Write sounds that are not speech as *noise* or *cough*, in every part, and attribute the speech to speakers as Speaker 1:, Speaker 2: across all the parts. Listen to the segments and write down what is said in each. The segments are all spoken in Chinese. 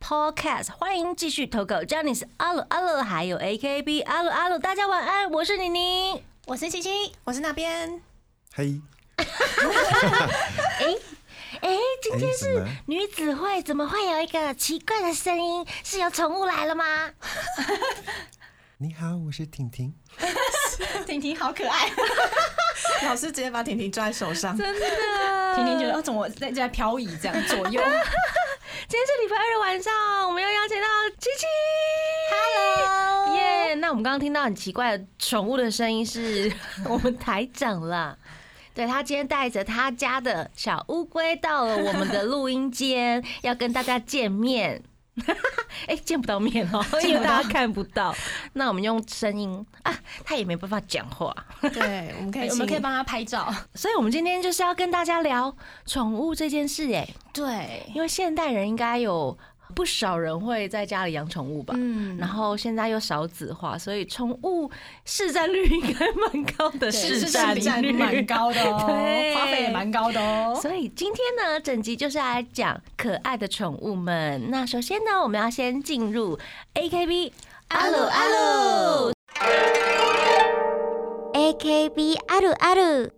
Speaker 1: Podcast。欢迎继续投稿 j a n i c e 阿鲁阿鲁，还有 AKB 阿鲁阿鲁，大家晚安，我是宁宁。
Speaker 2: 我是七七，我是那边。
Speaker 3: 嘿，
Speaker 1: 哎、今
Speaker 3: 哎
Speaker 1: 天
Speaker 3: 怎么
Speaker 1: 是
Speaker 3: 了
Speaker 1: 女子会，怎么会有一个奇怪的声音？是有宠物来了吗？
Speaker 3: 你好，我是婷婷。
Speaker 2: 婷婷好可爱，
Speaker 4: 老师直接把婷婷抓在手上，
Speaker 2: 婷婷觉得哦，怎么在在漂移这样左右？
Speaker 1: 今天是礼拜二的晚上，我们又邀请到七七。Hello，耶那我们刚刚听到很奇怪的宠物的声音， *laughs* 是我们台长啦。对他今天带着他家的小乌龟到了我们的录音间，要跟大家见面。 *laughs* 哎、 *laughs* 见不到面哦，因为大家看不到。那我们用声音啊，他也没办法讲话。
Speaker 4: *laughs* 对，我们可以，
Speaker 2: 我们可以帮他拍照。
Speaker 1: 所以，我们今天就是要跟大家聊宠物这件事，哎，
Speaker 2: 对，
Speaker 1: 因为现代人应该有不少人会在家里养宠物吧。
Speaker 2: 嗯
Speaker 1: 然后现在又少子化，所以宠物市占率应该蛮高的，
Speaker 2: 是
Speaker 1: 占
Speaker 2: 占率
Speaker 1: 率
Speaker 2: 蛮。高的 *laughs* 哦，
Speaker 1: 对
Speaker 2: 花费也蛮高的哦。
Speaker 1: 所以今天呢，整集就是来讲可爱的宠物们。那首先呢，我们要先进入 A K B 阿鲁阿鲁，
Speaker 5: AKB あるある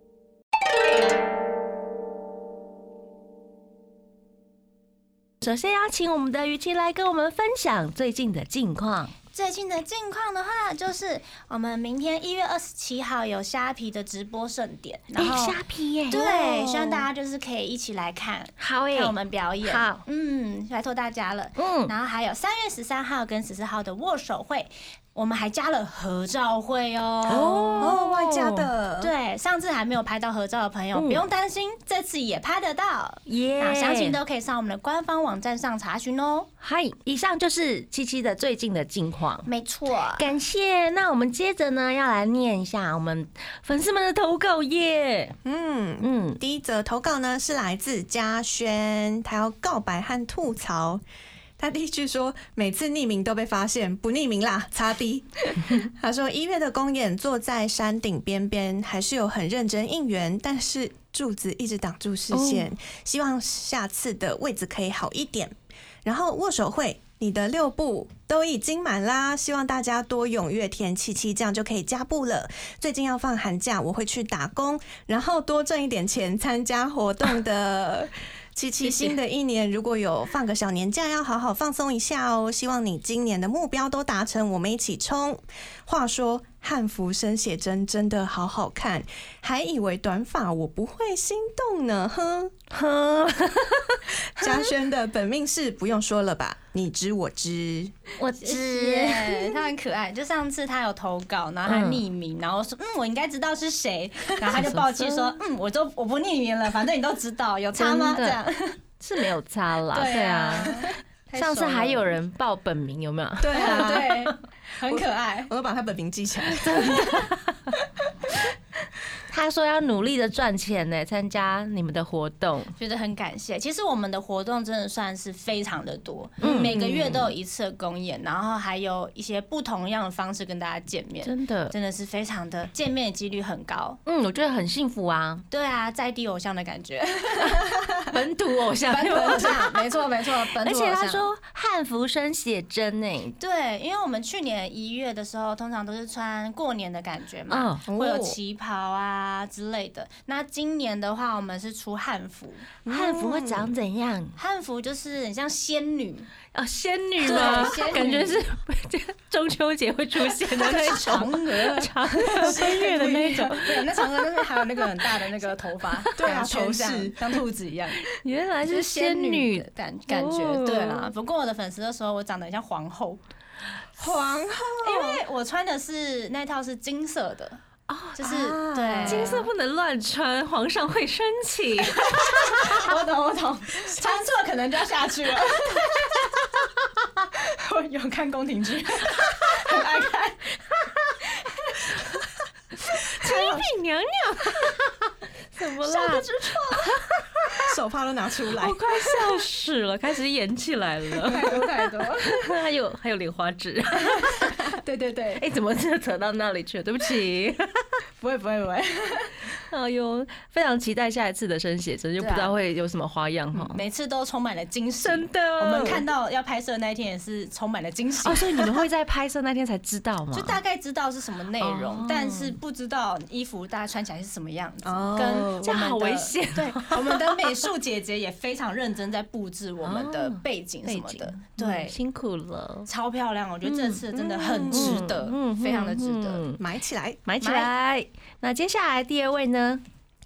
Speaker 1: 首先要请我们的雨晴来跟我们分享最近的近况。
Speaker 6: 最近的近况的话，就是我们明天一月二十七号有虾皮的直播盛典，然
Speaker 1: 哎
Speaker 6: 后
Speaker 1: 虾皮耶，
Speaker 6: 对，希望大家就是可以一起来看
Speaker 1: 好哎
Speaker 6: 看我们表演。
Speaker 1: 好，
Speaker 6: 嗯，拜托大家了。
Speaker 1: 嗯，
Speaker 6: 然后还有三月十三号跟十四号的握手会，我们还加了合照会哦。
Speaker 4: 哦外加的，
Speaker 6: 对，上次还没有拍到合照的朋友、
Speaker 1: 嗯
Speaker 6: 不用担心，这次也拍得到。
Speaker 1: 耶
Speaker 6: 那详情都可以上我们的官方网站上查询哦。
Speaker 1: 嗨，以上就是七七的最近的近况。
Speaker 6: 没错，
Speaker 1: 感谢，那我们接着呢，要来念一下我们粉丝们的投稿
Speaker 6: *laughs*
Speaker 1: 耶。
Speaker 4: 嗯。
Speaker 1: 嗯，
Speaker 4: 第一则投稿呢是来自嘉轩，他要告白和吐槽。他第一句说：“每次匿名都被发现，不匿名啦， *laughs* 擦低。”他说：“一月的公演坐在山顶边边，还是有很认真应援，但是柱子一直挡住视线，希望下次的位置可以好一点。”然后握手会，你的六步都已经满啦，希望大家多踊跃填七七，这样就可以加步了。最近要放寒假，我会去打工，然后多挣一点钱参加活动 *laughs* 的。七七，新的一年如果有放个小年假，要好好放松一下哦。希望你今年的目标都达成，我们一起冲。话说，汉服生写真真的好好看，还以为短发我不会心动呢，哼 *laughs* 哼。嘉轩的本命是不用说了吧，你知我知。
Speaker 1: 我
Speaker 6: 是
Speaker 1: 知，
Speaker 6: 他很可爱。就上次他有投稿，然后他匿名，然后说嗯，我应该知道是
Speaker 1: *laughs*
Speaker 6: 谁，然后他就抱歉说嗯，我都我不匿名了，反正你都知道，有差吗？
Speaker 1: 真
Speaker 6: 这
Speaker 1: 的 *laughs*
Speaker 6: 样
Speaker 1: 是没有差啦。
Speaker 6: 对啊，太熟了
Speaker 1: 上次还有人报本名，有没
Speaker 6: *laughs*
Speaker 1: 有？
Speaker 4: 对啊，
Speaker 6: 对，很可爱。
Speaker 4: 我都把他本名记起 *laughs* 来。
Speaker 1: 他说要努力的赚钱呢，参加你们的活动。
Speaker 6: 觉得很感谢。其实我们的活动真的算是非常的多，
Speaker 1: 嗯
Speaker 6: 每个月都有一次的公演，然后还有一些不同样的方式跟大家见面，
Speaker 1: 真的，
Speaker 6: 真的是非常的见面的几率很高。
Speaker 1: 嗯，我觉得很幸福啊，
Speaker 6: 对啊，在地偶像的感觉，
Speaker 1: 本土偶像
Speaker 6: 本土偶像，没错没错，本
Speaker 1: 而
Speaker 6: 土偶
Speaker 1: 且
Speaker 6: 像。
Speaker 1: 他说汉服生写真欸呢，
Speaker 6: 对，因为我们去年一月的时候，通常都是穿过年的感觉嘛，
Speaker 1: 嗯，
Speaker 6: 会有
Speaker 4: 哦
Speaker 6: 旗袍啊之类的。那今年的话，我们是出汉服，
Speaker 1: 汉服会长怎样？
Speaker 6: 汉服就是很像仙女，
Speaker 1: 哦，仙女
Speaker 6: 对
Speaker 1: 吗？
Speaker 6: 仙女
Speaker 1: 感觉是 *laughs* 中秋节会出现的那
Speaker 4: *laughs*
Speaker 1: 种
Speaker 2: 娥，
Speaker 1: 嫦 *laughs* 娥奔月的那种。
Speaker 2: *laughs* 对，那嫦娥那边还有那个很大的那个头发，
Speaker 4: 对啊
Speaker 2: 头
Speaker 4: 头饰
Speaker 2: 饰像兔子一样。
Speaker 1: 原来是仙女
Speaker 6: 的，感感
Speaker 1: 哦
Speaker 6: 觉。对啦，不过我的粉丝都说我长得很像皇后，
Speaker 4: 皇后，
Speaker 6: 因为我穿的是那套是金色的哦，就是
Speaker 4: 啊
Speaker 6: 对
Speaker 1: 金色不能乱穿，皇上会生气。
Speaker 2: 我懂，我懂，穿错 *laughs* 可能就要下去了。我有看宫廷剧，
Speaker 6: 很爱看。
Speaker 1: 品娘娘， *laughs* 怎么啦？
Speaker 4: 手帕都拿出来
Speaker 2: 哦
Speaker 1: 我， *laughs* 快笑死了，开始演起来了。
Speaker 4: *laughs*
Speaker 7: 太多太多，
Speaker 1: 还有还有莲花指，
Speaker 7: 对对对，
Speaker 1: 哎、怎么这扯到那里去了？对不起。
Speaker 7: 不会不会不会，
Speaker 1: 哎呦，非常期待下一次的生写真，就不知道会有什么花样哈。
Speaker 6: 每次都充满了惊喜。
Speaker 1: 真的，
Speaker 6: 嗯我们看到要拍摄那一天也是充满了惊喜
Speaker 1: 哦，，所以你们会在拍摄那天才知道嗯吗？
Speaker 6: 就大概知道是什么内
Speaker 1: 哦
Speaker 6: 容，但是不知道衣服大家穿起来是什么样子。
Speaker 4: 哦
Speaker 6: 跟
Speaker 1: 这
Speaker 6: 我
Speaker 1: 样
Speaker 6: 们
Speaker 1: 好
Speaker 6: 的
Speaker 1: 危险。
Speaker 6: 对，我们的美术姐姐也非常认真在布置我们的
Speaker 1: 哦
Speaker 6: 背景什
Speaker 1: 背
Speaker 6: 么
Speaker 1: 景嗯
Speaker 6: 的，对，
Speaker 1: 辛苦了，
Speaker 6: 超漂亮，我觉得这次真的很值得，非常的值得。
Speaker 1: 嗯
Speaker 4: 买起来。
Speaker 1: 买起来。那接下来第二位呢？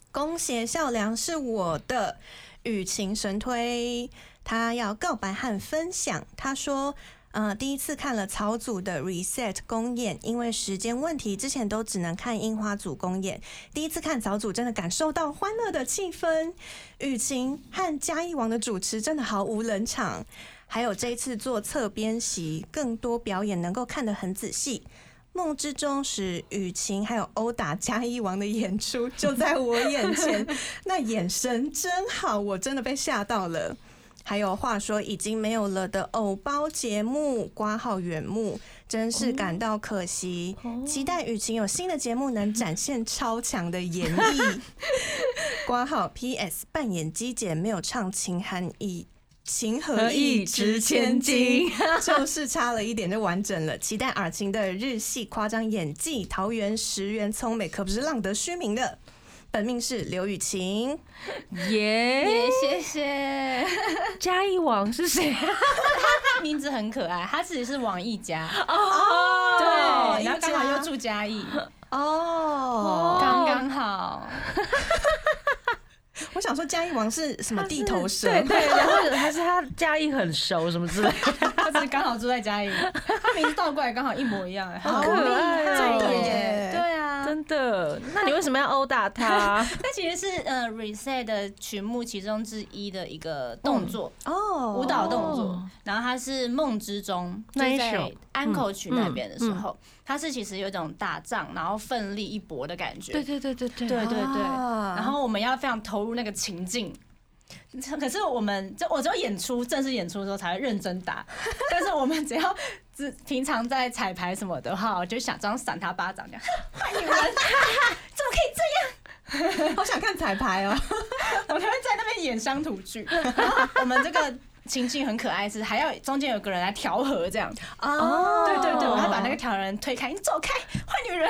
Speaker 4: 宫胁孝良是我的雨晴神推，他要告白和分享。他说。呃，第一次看了草组的 Reset 公演，因为时间问题，之前都只能看樱花组公演。第一次看草组，真的感受到欢乐的气氛。雨晴和嘉义王的主持真的毫无冷场，还有这一次做侧边席，更多表演能够看得很仔细。梦之中时，雨晴还有殴打嘉义王的演出就在我眼前，那眼神真好，我真的被吓到了。还有话说已经没有了的偶包节目，挂号远目，真是感到可惜。期待雨晴有新的节目能展现超强的演 *laughs* 绎。挂号 P.S. 扮演机姐没有唱情含义。情何以值千金，就是差了一点就完整了。期待尔晴的日系夸张演技，桃园石原聪美可不是浪得虚名的。本命是刘雨晴，
Speaker 1: 耶，
Speaker 6: 也谢谢，
Speaker 1: 嘉义王是谁？
Speaker 6: 他名字很可爱，他其实是王一家，
Speaker 1: 哦，
Speaker 6: 对，然后
Speaker 4: 一家
Speaker 6: 刚好又住嘉义，
Speaker 4: 哦，
Speaker 6: 刚刚好，
Speaker 4: 我想说嘉义王是什么地头蛇？
Speaker 1: *laughs* 对对，然后或者他是他嘉义很熟什么之类的。
Speaker 6: 他只是刚好住在嘉义，他名字倒过来刚好一模一样，哎好
Speaker 4: 好
Speaker 1: 可爱哦
Speaker 4: 真的耶
Speaker 6: 对啊，
Speaker 1: 真的？那你为什么要殴打 *laughs* 他？
Speaker 6: 那其实是呃 reset 的曲目其中之一的一个动作，
Speaker 4: 哦，
Speaker 6: 舞蹈动
Speaker 1: 嗯哦
Speaker 6: 作。然后它是梦之中，就
Speaker 1: 那一
Speaker 6: 在
Speaker 1: 首嗯
Speaker 6: 安口曲那边的时候，它是其实有一种打仗，然后奋力一搏的感觉。
Speaker 1: 对对对哦对
Speaker 6: 对对对
Speaker 4: 啊
Speaker 6: 然后我们要非常投入那个情境。可是我们就我只有演出正式演出的时候才会认真打，但是我们只要只平常在彩排什么的话，我就想这样闪他巴掌，这样 *laughs* 换你们，怎么可以这
Speaker 4: *laughs* 好想看彩排哦。
Speaker 6: 样？ *laughs* 我们会在那边演乡土剧， *laughs* 然后我们这个情境很可爱，是还要中间有个人来调和这样。
Speaker 4: 哦，
Speaker 6: 对对对，我还把那个挑人推开，你走开，坏女 *laughs* 人，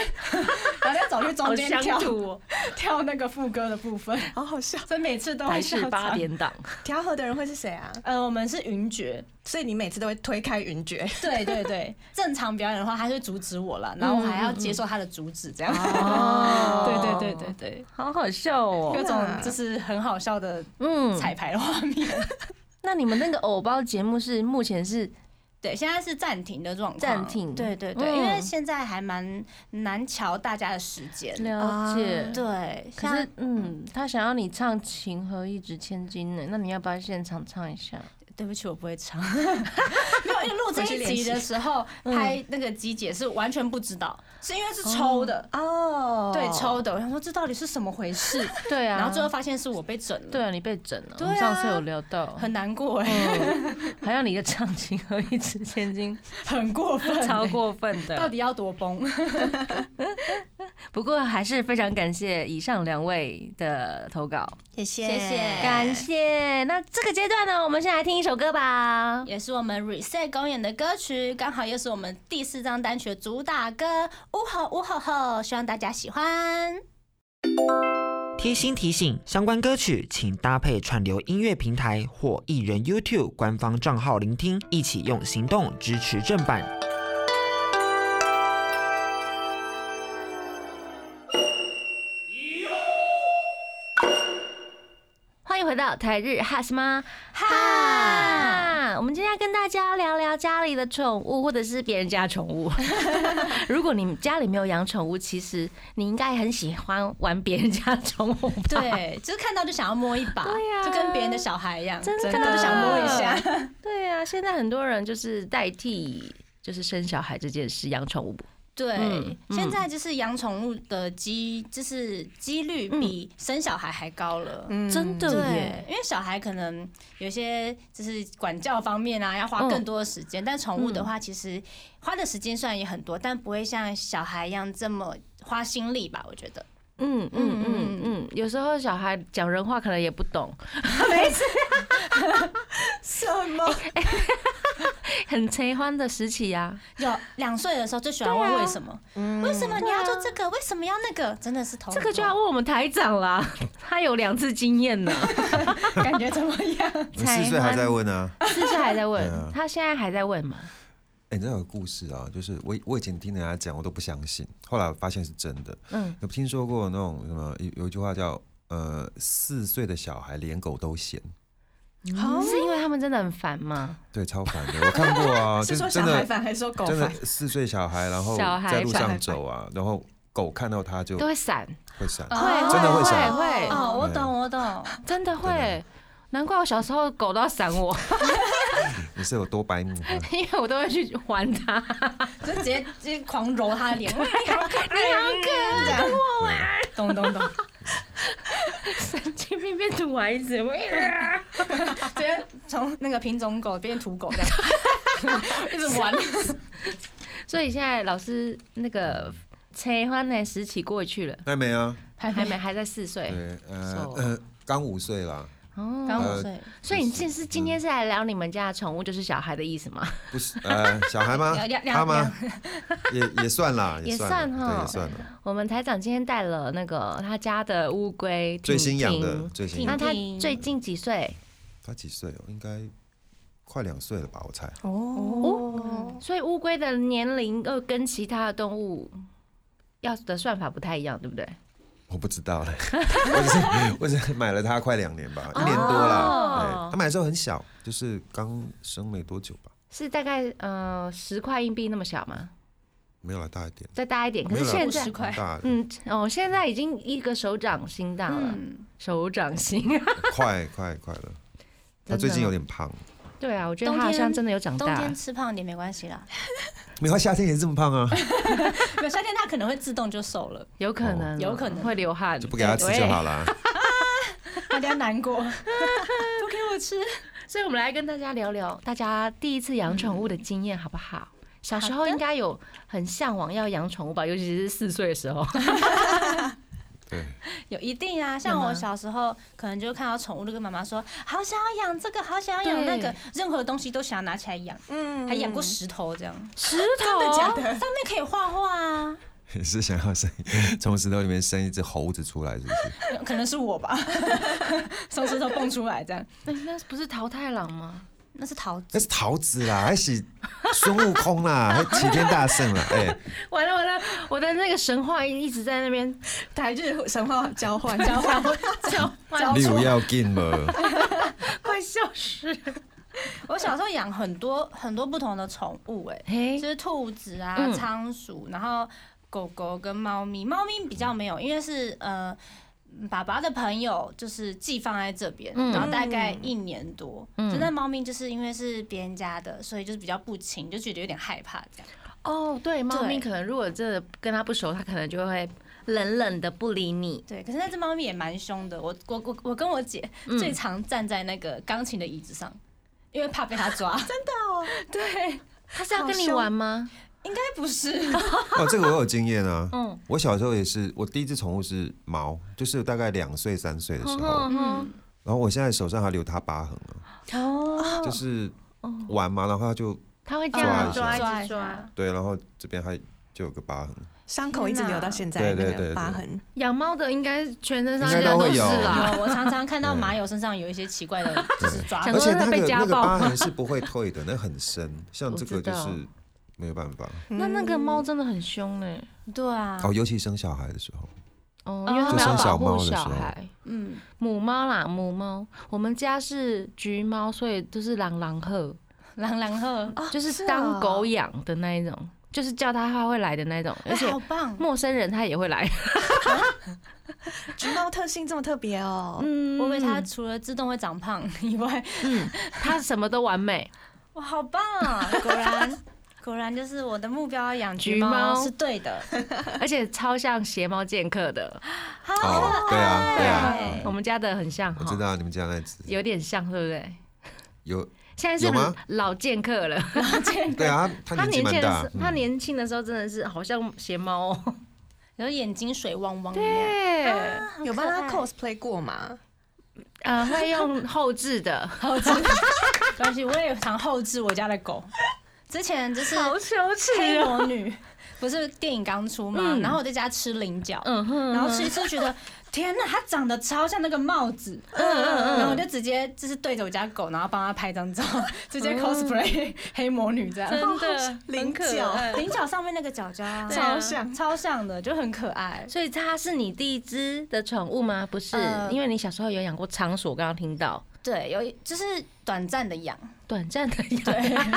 Speaker 6: 然后再走去中间跳
Speaker 1: 哦
Speaker 6: 跳那个副歌的部分，
Speaker 4: 好好笑。
Speaker 6: 所以每次都
Speaker 1: 还
Speaker 6: 会
Speaker 1: 是
Speaker 6: 笑
Speaker 1: 八
Speaker 6: 场。
Speaker 1: 点档，
Speaker 4: *laughs* 调和的人会是谁啊？
Speaker 6: 呃，我们是云爵，
Speaker 4: 所以你每次都会推开云爵。
Speaker 6: 对对对，正常表演的话，他就会阻止我了，然后我还要接受他的阻止，这样。
Speaker 1: 哦
Speaker 6: 对对对对对，
Speaker 1: 好好笑哦。
Speaker 6: 各种就是很好笑的
Speaker 1: 嗯，
Speaker 6: 彩排的画面。
Speaker 1: 那你们那个偶包节目是目前是
Speaker 6: 对，现在是暂停的状况，
Speaker 1: 暂停
Speaker 6: 对对对，
Speaker 1: 嗯
Speaker 6: 因为现在还蛮难瞧大家的时间。
Speaker 1: 了解，
Speaker 6: 对，
Speaker 1: 可
Speaker 6: 像
Speaker 1: 是嗯，他想要你唱《情何以值千金》呢，那你要不要现场唱一下？
Speaker 6: 对不起，我不会唱。 *laughs* 没有，因为录这一集的时候
Speaker 1: 嗯
Speaker 6: 拍那个机姐是完全不知道，是因为是抽的，
Speaker 4: 哦，
Speaker 6: 对，抽的。我想说这到底是什么回事，
Speaker 1: 对啊，
Speaker 6: 然后最后发现是我被整了，
Speaker 1: 对，啊，你被整了，我
Speaker 6: 对啊
Speaker 1: 们上次有聊到，
Speaker 6: 很难过哎、
Speaker 1: 嗯 *laughs* 还让你的唱《情何以值千金
Speaker 6: *laughs* 很过分、》，
Speaker 1: *laughs*
Speaker 6: 欸
Speaker 1: 超。过分的，
Speaker 6: 到底要多崩？
Speaker 1: *laughs*
Speaker 6: *laughs*
Speaker 1: 不过还是非常感谢以上两位的投稿，
Speaker 4: 谢谢
Speaker 6: 谢谢
Speaker 1: 感谢。那这个阶段呢，我们先来听一首歌吧。
Speaker 6: 也是我们 reset 公演的歌曲，刚好又是我们第四张单曲的主打歌《呜吼呜吼吼》，希望大家喜
Speaker 1: *laughs*
Speaker 6: 欢。
Speaker 8: 贴心提醒：相关歌曲请搭配串流音乐平台或艺人 YouTube 官方账号聆听，一起用行动支持正版。
Speaker 1: 欢迎回到台日哈什么哈？我们今天要跟大家聊聊家里的宠物，或者是别人家的宠 *laughs* 物。如果你家里没有养宠物，其实你应该很喜欢玩别人家的宠物吧？，
Speaker 6: 对，就是看到就想要摸一把，
Speaker 1: 对呀
Speaker 6: 就跟别人的小孩一样，
Speaker 1: 真的
Speaker 6: 看到就想摸一下。
Speaker 1: 对啊，现在很多人就是代替就是生小孩这件事，养宠物。
Speaker 6: 对，
Speaker 1: 嗯
Speaker 6: 现在就是养宠物的机，就是几率比生小孩还高了。
Speaker 4: 嗯
Speaker 1: 真的
Speaker 6: 对
Speaker 1: 耶，
Speaker 6: 因为小孩可能有些就是管教方面啊，要花更多的时间，
Speaker 1: 嗯
Speaker 6: 但宠物的话，其实花的时间虽然也很多，但不会像小孩一样这么花心力吧？我觉得，
Speaker 1: 嗯嗯嗯嗯，有时候小孩讲人话可能也不懂，
Speaker 4: 什么？
Speaker 1: 很催欢的时期呀、
Speaker 6: 有两岁的时候最喜欢问为什么，为什么你要做这个，为什么要那个，真的是头
Speaker 1: 嗯
Speaker 6: 很
Speaker 1: 这个就
Speaker 6: 痛
Speaker 1: 要问我们台长啦，他有两次经验呢， *laughs*
Speaker 6: 感觉怎么样？
Speaker 3: 我四岁还在问啊。
Speaker 1: 四岁还在问
Speaker 3: 对啊，
Speaker 1: 他现在还在问嘛？
Speaker 3: 哎、你知道有个故事啊，就是我我以前听人家讲，我都不相信，后来我发现是真的。
Speaker 1: 嗯，
Speaker 3: 有听说过那种什么有有一句话叫呃，四岁的小孩连狗都嫌，
Speaker 1: 是因为他们真的很烦吗？
Speaker 3: 对，超烦的。我看
Speaker 1: *laughs*
Speaker 3: 过啊，就是是
Speaker 4: 说小
Speaker 3: 真
Speaker 4: 孩
Speaker 3: 的
Speaker 4: 烦还是说狗
Speaker 3: 真的
Speaker 4: 烦？
Speaker 3: 四岁小孩，然后
Speaker 1: 小孩
Speaker 3: 在路
Speaker 1: 烦
Speaker 3: 上走啊，然后狗看到他就
Speaker 1: 都会闪，
Speaker 3: 会闪。
Speaker 1: 啊
Speaker 6: 哦
Speaker 3: 真的会
Speaker 1: 会
Speaker 3: 闪
Speaker 1: 会，
Speaker 6: 哦，我懂，我懂。
Speaker 1: 真的会。难怪我小时候狗都要闪我， *laughs*
Speaker 3: 你是有多白目啊？
Speaker 1: 因为我都会去玩它。
Speaker 6: 就直接直接狂揉他的 *laughs* 脸，哇你好可爱，你好可爱，懂懂懂，
Speaker 1: 神经病变土孩子，我
Speaker 6: 直接从那个品种狗变土狗这 *laughs* 样，一直玩。
Speaker 1: *laughs* 所以现在老师那个催欢的时期过去了，
Speaker 3: 那没啊，
Speaker 6: 哎
Speaker 1: 还没还在四岁
Speaker 3: 对，呃
Speaker 1: 瘦
Speaker 3: 呃，刚五岁啦，
Speaker 1: 哦。
Speaker 6: 刚
Speaker 3: 五岁
Speaker 6: 五岁，
Speaker 1: 所以你这是今天是来聊你们家的宠物，就是小孩的意思吗？
Speaker 3: 不是呃，小孩吗
Speaker 6: 两？两
Speaker 3: 他吗？也也算啦，
Speaker 1: 也
Speaker 3: 算
Speaker 1: 算
Speaker 3: 啦，
Speaker 1: 哈嗯
Speaker 3: 对，也算了。
Speaker 1: 我们台长今天带了那个他家的乌龟，
Speaker 3: 最
Speaker 1: 婷
Speaker 3: 新养
Speaker 1: 婷
Speaker 3: 的，最新
Speaker 1: 那
Speaker 3: 养的，
Speaker 1: 他
Speaker 6: 婷
Speaker 1: 最近几岁？
Speaker 3: 他几岁哦？应该快两岁了吧？我猜。
Speaker 4: 哦，
Speaker 1: 所以乌龟的年龄又跟其他的动物要的算法不太一样，对不对？
Speaker 3: 我不知道嘞， *laughs* 我只是我只是买了它快两年吧，一年多啦。
Speaker 1: 哦
Speaker 3: 对，它买的时候很小，就是刚生没多久吧，
Speaker 1: 是大概呃十块硬币那么小吗？
Speaker 3: 没有啦，大一点。
Speaker 1: 再大一点，可
Speaker 3: 没
Speaker 1: 是
Speaker 3: 有
Speaker 1: 现
Speaker 3: 啦
Speaker 1: 在
Speaker 6: 50。块
Speaker 3: 很大的，
Speaker 1: 嗯，哦，现在已经一个手掌心大了，
Speaker 6: 嗯，
Speaker 1: 手掌
Speaker 6: *laughs*
Speaker 1: 心。
Speaker 3: 快快快
Speaker 1: *laughs*
Speaker 3: 了。
Speaker 1: 真的
Speaker 3: 它
Speaker 1: 哦
Speaker 3: 最近
Speaker 1: 吗
Speaker 3: 有点胖，
Speaker 1: 对啊，我觉得
Speaker 6: 冬
Speaker 1: 他好像
Speaker 6: 天
Speaker 1: 真的有长
Speaker 6: 冬
Speaker 1: 大
Speaker 6: 天。吃胖点没关系啦，
Speaker 3: 没有它夏天也这么胖啊，
Speaker 6: 没有夏天它可能会自动就瘦 *laughs* 了，
Speaker 1: 有可能，
Speaker 6: 有可能
Speaker 1: 会流汗，
Speaker 3: 就不给它吃就
Speaker 1: 对
Speaker 3: 好啦。
Speaker 6: 它比较难过，不给我吃。
Speaker 1: 所以，我们来跟大家聊聊大家第一次养宠物的经验，好不好？小时候应该有很向往要养宠物吧，尤其是四岁的时候。
Speaker 3: 对， *laughs*
Speaker 6: 有一定啊，像我小时候可能就看到宠物，就跟妈妈说，好想要养这个，好想要养那个
Speaker 1: 对，
Speaker 6: 任何东西都想要拿起来养，
Speaker 4: 嗯
Speaker 6: 还养过 *laughs* 石头这样，
Speaker 1: 石头，
Speaker 6: 哦上面可以画画啊，
Speaker 3: 也是想要生从石头里面生一只猴子出来，是不是？
Speaker 6: 可能是我 *laughs* 吧，从石头蹦出来这样。
Speaker 1: 那哎那不是桃太郎吗？
Speaker 6: 那是桃子，
Speaker 3: 那是桃子啦，还是孙悟空啦，还齐天大圣啦，
Speaker 1: *laughs*
Speaker 3: 哎、
Speaker 1: 完了完了，我的那个神话一直在那 *laughs* 边
Speaker 4: 台日神话交换交换，
Speaker 1: 叫
Speaker 6: 交
Speaker 1: 唤，
Speaker 3: 你有要进
Speaker 1: *laughs*
Speaker 3: 吗？
Speaker 1: 快笑死！
Speaker 6: 我小时候养很多很多不同的宠物、哎，
Speaker 1: 嘿
Speaker 6: 就是兔子啊
Speaker 1: 嗯、
Speaker 6: 仓鼠，然后狗狗跟猫咪，猫咪比较没有，因为是呃。爸爸的朋友就是寄放在这边，
Speaker 1: 嗯
Speaker 6: 然后大概一年多。
Speaker 1: 嗯
Speaker 6: 就那猫咪就是因为是别人家的，所以就是比较不亲，就觉得有点害怕这样。
Speaker 1: 哦，对，猫咪
Speaker 6: 对
Speaker 1: 可能如果真的跟它不熟，它可能就会冷冷的不理你。
Speaker 6: 对，可是那只猫咪也蛮凶的。我我我我跟我姐最常站在那个钢琴的椅子上，因为怕被它抓。 *laughs* 真的哦，对，应
Speaker 1: 它是要跟你玩吗？
Speaker 6: 该不是。啊
Speaker 3: 哦，这个我有经验啊。
Speaker 1: 嗯
Speaker 3: 我小时候也是，我第一只宠物是猫，就是大概两岁三岁的时候，
Speaker 1: 嗯
Speaker 3: 然后我现在手上还留它疤痕啊，
Speaker 1: 哦，
Speaker 3: 就是玩嘛，然后它就
Speaker 1: 它会这样
Speaker 3: 抓
Speaker 1: 抓
Speaker 3: 一
Speaker 6: 下
Speaker 1: 一直抓。
Speaker 3: 对，然后这边还就有个疤痕，
Speaker 4: *laughs* 伤口一直留到现在
Speaker 3: 对
Speaker 4: 那
Speaker 3: 对对
Speaker 4: 个
Speaker 3: 对
Speaker 4: 疤痕。
Speaker 1: 养猫的应该全身上
Speaker 3: 应该
Speaker 1: 下
Speaker 3: 都会
Speaker 1: 是
Speaker 3: 有啊
Speaker 1: 啦。
Speaker 6: 有，我常常看到麻友身上有一些奇怪的，就是抓
Speaker 1: 想
Speaker 3: 而
Speaker 1: 说
Speaker 3: 且那
Speaker 1: 被
Speaker 3: 个
Speaker 1: 家
Speaker 3: 那个
Speaker 1: 暴
Speaker 3: 疤痕是不会退的，那
Speaker 1: *laughs*
Speaker 3: 很深，像
Speaker 1: 我
Speaker 3: 这个
Speaker 1: 知
Speaker 3: 就
Speaker 1: 道啊
Speaker 3: 是没有办法
Speaker 1: 那那
Speaker 4: 嗯
Speaker 1: 个猫真的很凶嘞、
Speaker 6: 对啊，
Speaker 3: 哦，尤其生小孩的时候，
Speaker 1: 哦，
Speaker 6: 哦
Speaker 1: 因为它们要保护
Speaker 3: 就生
Speaker 1: 小
Speaker 3: 小猫的时
Speaker 1: 孩，
Speaker 6: 嗯，
Speaker 1: 母猫啦，母猫。我们家是橘猫，所以就是狼狼鹤，
Speaker 6: 狼狼鹤，
Speaker 1: 哦就是当狗养的那一种，就是叫它它会来的那种，而
Speaker 6: 哎
Speaker 1: 且
Speaker 6: 好棒，
Speaker 1: 陌生人它也会来。
Speaker 4: 橘猫特性这么特别哦，
Speaker 1: 嗯
Speaker 6: 我以为它除了自动会长胖以外， *laughs*
Speaker 1: 它什么都完美， *laughs*
Speaker 6: 哇，好棒啊！果然 *laughs* 果然就是我的目标要养
Speaker 1: 橘
Speaker 6: 橘
Speaker 1: 猫
Speaker 6: 猫是对的，
Speaker 1: 而且超像邪猫剑客的，
Speaker 3: 哦，对啊，对啊，
Speaker 1: 我
Speaker 3: 嗯
Speaker 1: 们家的很像
Speaker 3: 我知
Speaker 1: 哈，
Speaker 3: 道你们家那只
Speaker 1: 哎有点像，对不对？
Speaker 3: 有，
Speaker 1: 现在是
Speaker 3: 有吗
Speaker 1: 老剑客了，
Speaker 3: 对啊，它
Speaker 1: 他年轻
Speaker 3: 年纪蛮
Speaker 1: 的
Speaker 3: 大
Speaker 1: 时，他
Speaker 3: 嗯
Speaker 1: 年轻的时候真的是好像邪猫哦，
Speaker 6: 然后眼睛水汪汪的。
Speaker 1: 对，啊
Speaker 4: 有帮他 cosplay 过吗？
Speaker 1: *laughs* 呃，会用后置 *laughs* 的，
Speaker 6: 后置，而且我也常后置我家的狗。之前就是
Speaker 1: 羞哦
Speaker 6: 黑魔女，不是电影刚出嘛，
Speaker 1: 啊嗯
Speaker 6: 然后我在家吃菱角，
Speaker 1: 嗯哼，
Speaker 6: 然后吃一吃觉得天哪，它长得超像那个帽子，
Speaker 1: 嗯
Speaker 6: 然后我就直接就是对着我家狗，然后帮它拍张照， *laughs* 直接 cosplay 黑魔女这样。
Speaker 1: 哦真的很
Speaker 4: 菱角
Speaker 1: 可爱
Speaker 6: 菱角上面那个角角啊
Speaker 1: 对啊
Speaker 4: 超像。
Speaker 6: 超像的，就很可爱。
Speaker 1: 所以它是你第一只的宠物吗？不是，
Speaker 6: 呃
Speaker 1: 因为你小时候有养过仓鼠，我刚刚听到
Speaker 6: 对，有一就是短暂的 *laughs* 养，
Speaker 1: 短暂的 *laughs* 养。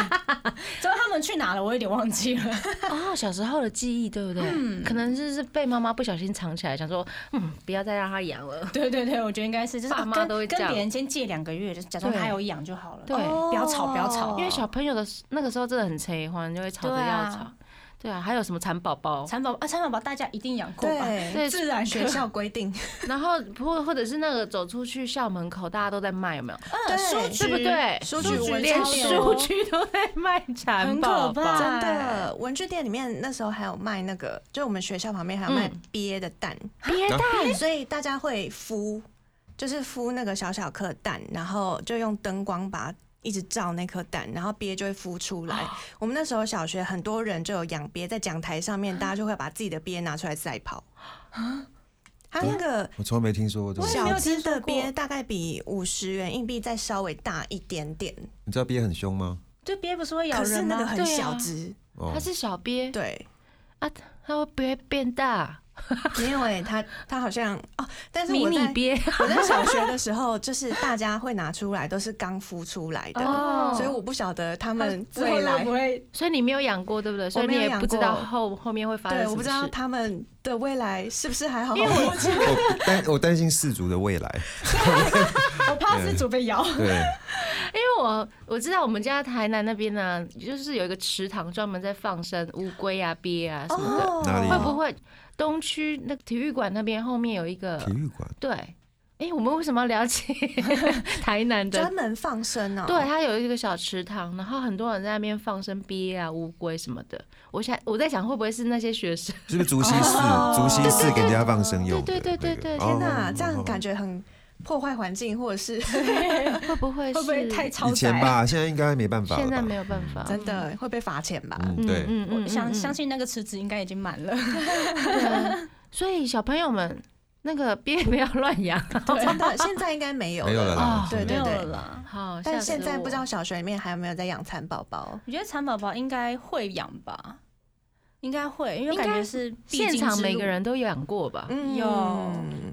Speaker 6: 之后他们去哪了，我有点忘记了。
Speaker 1: *laughs* 哦，小时候的记忆对不对？
Speaker 4: 嗯
Speaker 1: 可能就是被妈妈不小心藏起来，想说嗯，不要再让它养了。
Speaker 6: 对对对，我觉得应该是，就是
Speaker 1: 爸
Speaker 6: 哦
Speaker 1: 妈
Speaker 6: 跟
Speaker 1: 都会这
Speaker 6: 跟
Speaker 1: 样
Speaker 6: 别人先借两个月，就假装
Speaker 1: 对
Speaker 6: 他有养就好了。
Speaker 1: 对
Speaker 6: 哦不要吵，不要吵
Speaker 1: 因。为小朋友的时那个时候真的很催欢，就会吵着
Speaker 6: 对
Speaker 1: 要
Speaker 6: 啊
Speaker 1: 吵。对啊，还有什么蚕宝宝？
Speaker 6: 蚕宝宝啊，蚕宝宝大家一定养过吧？
Speaker 4: 对，
Speaker 1: 对，
Speaker 6: 自然课
Speaker 4: 学校规定，
Speaker 1: 然后或或者是那个走出去校门口，大家都在卖，有没有？
Speaker 4: 对
Speaker 6: 书
Speaker 1: 对不对？
Speaker 4: 书局文具
Speaker 1: 连
Speaker 4: 店
Speaker 1: 书局都在卖蚕宝宝
Speaker 6: 很可怕，
Speaker 4: 真的文具店里面那时候还有卖那个，就我们学校旁边还有卖
Speaker 1: 嗯
Speaker 4: 鳖的蛋，
Speaker 1: 别
Speaker 3: 然后
Speaker 4: 所以大家会孵，就是孵那个小小颗蛋，然后就用灯光把它一直照那颗蛋，然后鳖就会孵出来。我们那时候小学很多人就有养鳖，在讲台上面，大家就会把自己的鳖拿出来赛跑。它那个
Speaker 3: 我从来没听说过这种。
Speaker 4: 小只的鳖大概比五十元硬币再稍微大一点点，
Speaker 3: 你知道鳖很凶吗？
Speaker 6: 对，鳖不是会咬
Speaker 4: 可是
Speaker 6: 人
Speaker 4: 那个
Speaker 6: 吗？
Speaker 4: 很
Speaker 1: 对啊
Speaker 4: 小只，
Speaker 3: 哦
Speaker 1: 它，是小鳖
Speaker 4: 对。
Speaker 1: 啊，它会不会变大？
Speaker 4: 没有哎、他他好像哦，但是
Speaker 1: 迷
Speaker 4: 我
Speaker 1: 你
Speaker 4: 在
Speaker 1: 鳖
Speaker 4: 我在小学的时候，就是大家会拿出来都是刚孵出来的，
Speaker 1: 哦
Speaker 4: 所以我不晓得他
Speaker 6: 它
Speaker 4: 们
Speaker 6: 之后
Speaker 4: *laughs* 未
Speaker 6: 会
Speaker 4: 来
Speaker 6: 不，会
Speaker 1: 所以你没有养过，对不对？所以你
Speaker 4: 没有
Speaker 1: 也
Speaker 4: 养
Speaker 1: 不知道
Speaker 4: 过
Speaker 1: 后后面会发生
Speaker 4: 对，
Speaker 1: 什
Speaker 4: 我不
Speaker 1: 么
Speaker 4: 知道
Speaker 1: 事。
Speaker 4: 他们的未来是不是还好好活着。
Speaker 3: 我担我担心氏族的未来，
Speaker 6: 我怕是主被咬。
Speaker 1: 因
Speaker 3: 对，
Speaker 1: 为我我知道我们家台南那边呢，就是有一个池塘专门在放生乌龟啊、鳖啊什么的，
Speaker 4: 哦
Speaker 3: 哪里
Speaker 1: 会不会东区那个体育馆那边后面有一个
Speaker 3: 体育馆
Speaker 1: 对？哎、我们为什么要了解台南的
Speaker 4: 专门放生哦、
Speaker 1: 对，，它有一个小池塘，然后很多人在那边放生鳖啊、乌龟什么的。我想我在想，会不会是那些学生？
Speaker 3: 是不是竹溪寺？竹溪寺给人家放生用的
Speaker 1: 对
Speaker 3: 那个，
Speaker 1: 对对对对
Speaker 4: 天哪，这样感
Speaker 3: 觉
Speaker 4: 觉很破坏环境，或者是。
Speaker 1: 会不会是
Speaker 6: 会不会太超
Speaker 3: 以前
Speaker 6: 载？
Speaker 3: 吧，现在应该没办法了吧，
Speaker 1: 现在没有办法
Speaker 4: 真的会被罚钱吧？
Speaker 3: 嗯，对，
Speaker 1: 嗯
Speaker 6: 我想相
Speaker 1: 信
Speaker 6: 信那个池子应该已经满了，
Speaker 1: 对。 *laughs* 所以小朋友们，那个鳖不要乱养。
Speaker 4: *laughs* 真的，现在应该没有
Speaker 3: 没有了啦
Speaker 1: 哦，
Speaker 4: 对对
Speaker 6: 没有
Speaker 4: 对。
Speaker 6: 了啦。
Speaker 1: 好，吓
Speaker 4: 但
Speaker 1: 死
Speaker 4: 现在
Speaker 1: 我
Speaker 4: 不知道小学里面还有没有在养蚕宝宝，
Speaker 6: 我觉得蚕宝宝应该会养吧，应该会，因为
Speaker 1: 应该
Speaker 6: 感觉是必经
Speaker 1: 现场
Speaker 6: 之
Speaker 1: 每
Speaker 6: 路
Speaker 1: 个人都养过吧？
Speaker 4: 嗯
Speaker 6: 有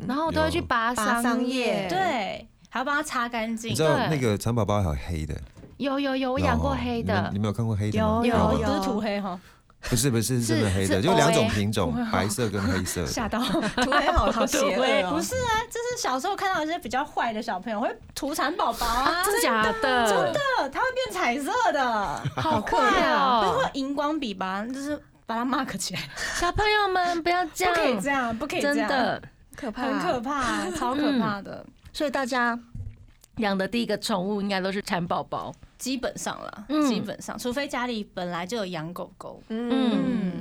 Speaker 1: 然后都会去拔
Speaker 4: 拔
Speaker 1: 桑
Speaker 4: 桑
Speaker 1: 叶
Speaker 4: 叶。
Speaker 6: 对，还要帮它擦干
Speaker 3: 你
Speaker 6: 净
Speaker 3: 知。道
Speaker 1: 对
Speaker 3: 那个蚕宝宝还有黑的，
Speaker 1: 有有有，我养过黑
Speaker 3: 你们
Speaker 1: 的
Speaker 3: 你。们有看过黑的吗？
Speaker 4: 有
Speaker 3: 吧
Speaker 4: 有
Speaker 6: 不是涂黑哈，
Speaker 3: 不是不是是真的黑的，
Speaker 1: 是
Speaker 3: 就两种
Speaker 1: OA
Speaker 3: 品种，白色跟黑色的。
Speaker 6: 吓 *laughs* 到。
Speaker 4: 涂黑好好邪恶哦
Speaker 6: 不是啊，就是小时候看到一些比较坏的小朋友会涂蚕宝
Speaker 1: *laughs*
Speaker 6: 宝啊，
Speaker 1: 真假的？
Speaker 6: 真的，它会变彩色的，
Speaker 1: 好快
Speaker 6: 包
Speaker 1: 哦！
Speaker 6: 括荧光笔吧，就是把它 mark 起来，
Speaker 1: 小朋友们不要这
Speaker 6: 不可以
Speaker 1: 样
Speaker 6: 这，样，不可以这
Speaker 1: 真
Speaker 6: 样，
Speaker 1: 的。嗯
Speaker 4: 可怕，
Speaker 6: 很可怕，超可怕的，
Speaker 1: 所以大家养的第一个宠物应该都是蚕宝宝。
Speaker 6: 基本上了，
Speaker 1: 嗯
Speaker 6: 基本上，除非家里本来就有养狗狗，
Speaker 4: 嗯，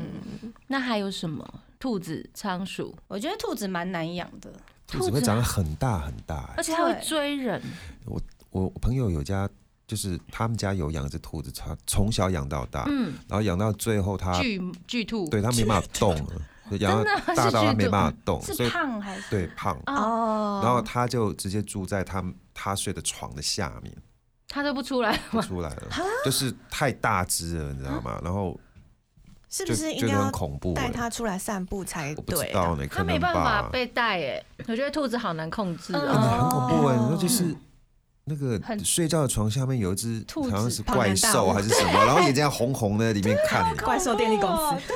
Speaker 1: 那还有什么？兔子、仓鼠，
Speaker 6: 我觉得兔子蛮难养的，
Speaker 3: 兔子会
Speaker 1: 啊
Speaker 3: 长得很大很大、
Speaker 1: 而
Speaker 3: 欸。
Speaker 1: 且它会追人。
Speaker 3: 我我朋友有家，就是他们家有养只兔子，它从小养到大，
Speaker 1: 嗯，
Speaker 3: 然后养到最后它，
Speaker 1: 巨巨兔。
Speaker 3: 啊对它没办法动了，就
Speaker 1: 真
Speaker 3: 养
Speaker 1: 的
Speaker 3: 到
Speaker 1: 是
Speaker 3: 大到它
Speaker 1: 巨
Speaker 3: 没
Speaker 1: 兔
Speaker 3: 办法动，所
Speaker 6: 是
Speaker 3: 以
Speaker 6: 胖还是？
Speaker 3: 对胖，
Speaker 4: 哦，
Speaker 3: 然后它就直接住在他们他睡的床的下面，
Speaker 1: 它都不出来
Speaker 3: 不出来了，就是太大只了，你知道吗？然后
Speaker 4: 是
Speaker 3: 就
Speaker 4: 不是应
Speaker 3: 觉得
Speaker 4: 该
Speaker 3: 很
Speaker 4: 要
Speaker 3: 恐怖、
Speaker 4: 带
Speaker 3: 欸，
Speaker 4: 它出来散步才
Speaker 3: 我不
Speaker 4: 对
Speaker 3: 知
Speaker 4: 啊、
Speaker 3: 道呢，可
Speaker 1: 它没
Speaker 3: 能
Speaker 1: 办法
Speaker 3: 吧，
Speaker 1: 被带耶。我觉得兔子好难控制
Speaker 3: 真的
Speaker 6: 嗯
Speaker 1: 哦。
Speaker 3: 很恐怖哎、你说就是。那个
Speaker 6: 很
Speaker 3: 睡觉的床下面有一只
Speaker 6: 兔子
Speaker 3: 好像是
Speaker 4: 庞然
Speaker 3: 怪
Speaker 4: 大
Speaker 3: 兽
Speaker 4: 物
Speaker 3: 还是什么，然后眼睛还红红的，在里面看你。
Speaker 4: 怪兽电力公司，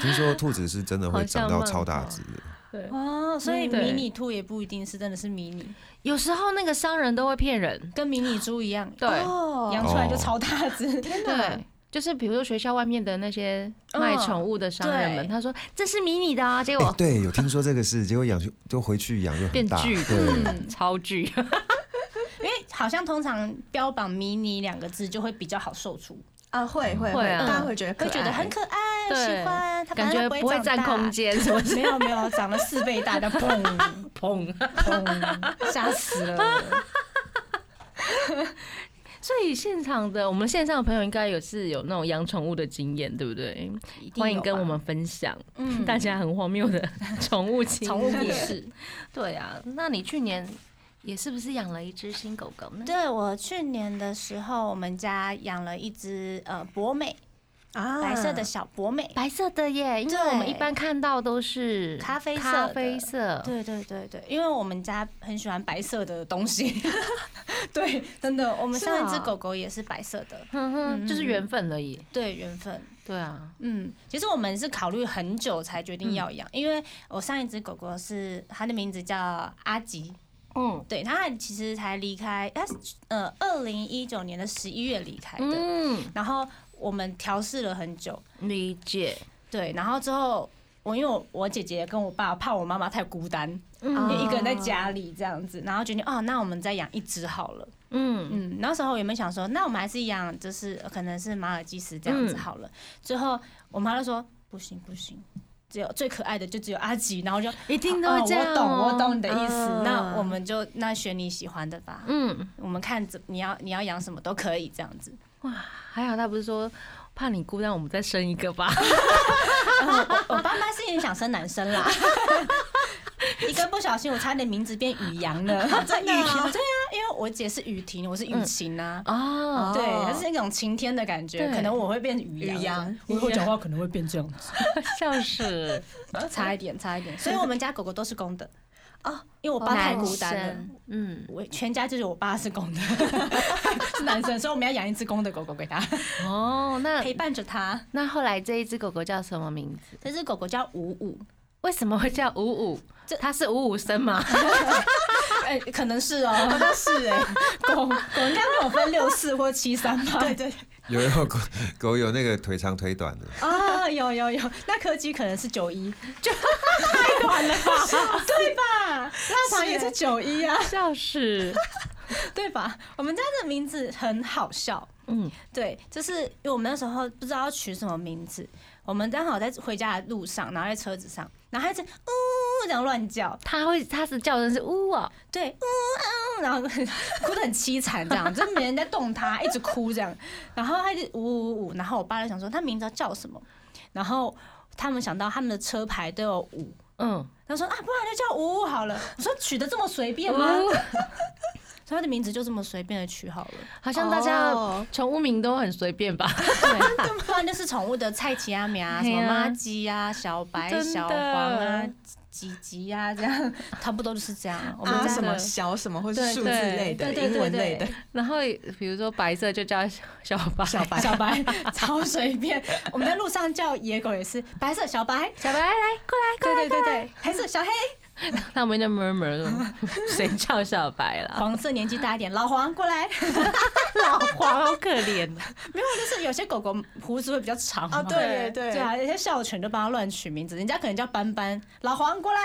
Speaker 3: 听说兔子是真的会长到超大只的，
Speaker 6: 哦，所以
Speaker 1: 嗯对
Speaker 6: 迷你兔也不一定是真的是迷你，
Speaker 1: 有时候那个商人都会骗人。
Speaker 6: 跟迷你猪一样，
Speaker 1: 对
Speaker 6: *laughs*
Speaker 4: 哦，
Speaker 6: 养出来就超大只。 *laughs*
Speaker 1: 对，就是比如说学校外面的那些卖宠物的商人们，
Speaker 6: 对
Speaker 1: 他说这是迷你的啊，结
Speaker 3: *laughs* 哎
Speaker 1: 果
Speaker 3: 对，有听说这个事，结果养去就回去养又很
Speaker 1: 变
Speaker 3: 大，
Speaker 1: 巨嗯
Speaker 3: 对，
Speaker 1: 超巨，
Speaker 6: 因为好像通常标榜“迷你”两个字就会比较好售出，
Speaker 4: 啊，会会
Speaker 1: 会
Speaker 4: 会，
Speaker 1: 啊
Speaker 4: 大家会觉得可
Speaker 6: 会
Speaker 4: 爱
Speaker 6: 觉得很可爱，
Speaker 1: 对
Speaker 6: 喜欢，它
Speaker 1: 感觉
Speaker 6: 不
Speaker 1: 不会
Speaker 6: 长
Speaker 1: 占
Speaker 6: 大
Speaker 1: 空。间，什么
Speaker 6: *laughs* 没有没有，长了四倍大
Speaker 1: *laughs*
Speaker 6: 的砰
Speaker 1: 砰。
Speaker 6: 砰，吓死了！
Speaker 1: *laughs* 所以现场的我们线上的朋友应该有是有那种养宠物的经验，对不对？欢迎跟我们分享，嗯，大家很荒谬的 *laughs* 宠物经
Speaker 6: 宠物故
Speaker 1: 验。
Speaker 6: 事。
Speaker 1: *laughs* 对啊，那你去年也是不是养了一只新狗狗呢？
Speaker 6: 对我去年的时候，我们家养了一只呃博美，
Speaker 4: 啊，
Speaker 6: 白色的小博美。
Speaker 1: 嗯白色的耶，因为我们
Speaker 6: 对
Speaker 1: 一般看到都是
Speaker 6: 咖啡色
Speaker 1: 咖
Speaker 6: 的
Speaker 1: 啡色，
Speaker 6: 对对对对，因为我们家很喜欢白色的东西。 *laughs* 对，真的，我们
Speaker 1: 是
Speaker 6: 上一只
Speaker 1: 啊
Speaker 6: 狗狗也是白色的。
Speaker 1: 哼嗯哼，就是缘分而已。
Speaker 6: 对，缘分。
Speaker 1: 对啊，
Speaker 6: 嗯，其实我们是考虑很久才决定要养，因为我上一只狗狗是它的名字叫阿吉，
Speaker 1: 嗯
Speaker 6: 对，它其实才离开，它是呃二零一九年的十一月离开的，
Speaker 1: 嗯，
Speaker 6: 然后我们调试了很久，
Speaker 1: 理解。
Speaker 6: 对，然后之后我因为我我姐姐跟我爸怕我妈妈太孤单，
Speaker 4: 哦
Speaker 6: 因为一个人在家里这样子，然后决定哦，那我们再养一只好了。
Speaker 1: 嗯，
Speaker 6: 嗯，那时候原本想说，那我们还是养，就是呃可能是马尔济斯这样子
Speaker 1: 嗯
Speaker 6: 好了。最后我妈就说不行不行，只有最可爱的就只有阿吉，然后就
Speaker 1: 一定都
Speaker 6: 哦
Speaker 1: 会这样
Speaker 6: 我
Speaker 1: 哦
Speaker 6: 懂我懂你的意思，
Speaker 4: 嗯
Speaker 6: 那我们就那选你喜欢的吧。
Speaker 1: 嗯，
Speaker 6: 我们看怎你要你要养什么都可以这样
Speaker 1: *laughs*
Speaker 6: 子。
Speaker 1: 还好他不是说怕你孤单，我们再生一个吧。
Speaker 6: 我爸妈是也想生男
Speaker 1: *laughs*
Speaker 6: 生啦。一个不小心，我差点名字变雨
Speaker 1: *laughs*
Speaker 6: 阳了。真的、 *laughs* 对啊，因为我姐是雨婷，我是雨晴啊。
Speaker 1: 哦，
Speaker 6: 对，它是那种晴天的感觉，
Speaker 1: 对
Speaker 6: 可能我会变雨
Speaker 4: 雨阳
Speaker 6: 阳，我以后讲话可能会变这样子，
Speaker 1: *laughs* 笑死！
Speaker 6: *laughs* 差一点，差一点。 *laughs* 所以我们家狗狗都是公的哦，因为我爸太孤单了
Speaker 1: 男，生，嗯，
Speaker 6: 我全家就是我爸是公的， *laughs* 是男生，所以我们要养一只公的狗狗给他，
Speaker 1: 哦，那
Speaker 6: *laughs* 陪伴着他。
Speaker 1: 那后来这一只狗狗叫什么名字？
Speaker 6: 这只狗狗叫五五，
Speaker 1: 为什么会叫五五？它是五五身吗？
Speaker 6: 哎、可能是 *laughs* 哦，好像是哎、狗狗应该没有分六四或七三吧？ *laughs* 对对
Speaker 3: 有有狗狗有那个腿长腿短的，
Speaker 6: 啊，有有有，那柯基可能是九一，就 *laughs* 太短了吧？ *laughs* 对吧？腊肠也是九一啊，
Speaker 1: 笑死！
Speaker 6: *laughs* 对吧？我们家的名字很好笑，
Speaker 1: *laughs* 嗯，
Speaker 6: 对，就是因为我们那时候不知道要取什么名字，我们刚好在回家的路上，然后在车子上，然后还在呜这样乱叫，
Speaker 1: 它会，它是叫人是呜哦，
Speaker 6: 对，呜啊，然后哭得很凄惨，这样，就是没人在动它，一直哭这样，然后它就呜呜呜，然后我爸就想说它名字要叫什么，然后他们想到他们的车牌都有五，
Speaker 1: 嗯，
Speaker 6: 他说啊，不然就叫五五好了，我说取的这么随便吗？ *laughs*
Speaker 1: 呜
Speaker 6: 所以它的名字就这么随便的取好了，
Speaker 1: 好像大家
Speaker 4: 哦
Speaker 1: 宠物名都很随便吧？ *laughs*
Speaker 6: 对， *laughs* 不然就是宠物的菜奇阿米啊，什
Speaker 1: 嘿
Speaker 6: 么
Speaker 1: 啊
Speaker 6: 妈鸡啊、小白
Speaker 1: 真、的
Speaker 6: 小黄啊、吉吉啊，这样 *laughs* 差不多就是这样啊。我们
Speaker 4: 啊
Speaker 6: 家
Speaker 4: 什么
Speaker 6: 的
Speaker 4: 小什么或是
Speaker 1: 对
Speaker 4: 数字
Speaker 1: 对
Speaker 4: 类的、
Speaker 6: 对对对
Speaker 4: 英文类的
Speaker 6: 对，
Speaker 1: 然后比如说白色就叫小小白，小白
Speaker 6: 小白 *laughs* 超随便，我们在路上叫野狗也是白色小白，
Speaker 1: 小白来过来，
Speaker 6: 对对对对，黑色小黑，
Speaker 1: 他们就 murmur 了， *laughs* 谁叫小白
Speaker 6: *laughs*
Speaker 1: 啦？
Speaker 6: 黄色年纪大一点老黄过来。
Speaker 1: 老黄好可怜哦，
Speaker 6: 没有，就是有些狗狗胡子会比较长嘛
Speaker 4: 啊对对
Speaker 6: 对啊，有些校犬就帮它乱取名字，人家可能叫斑斑，老黄过来，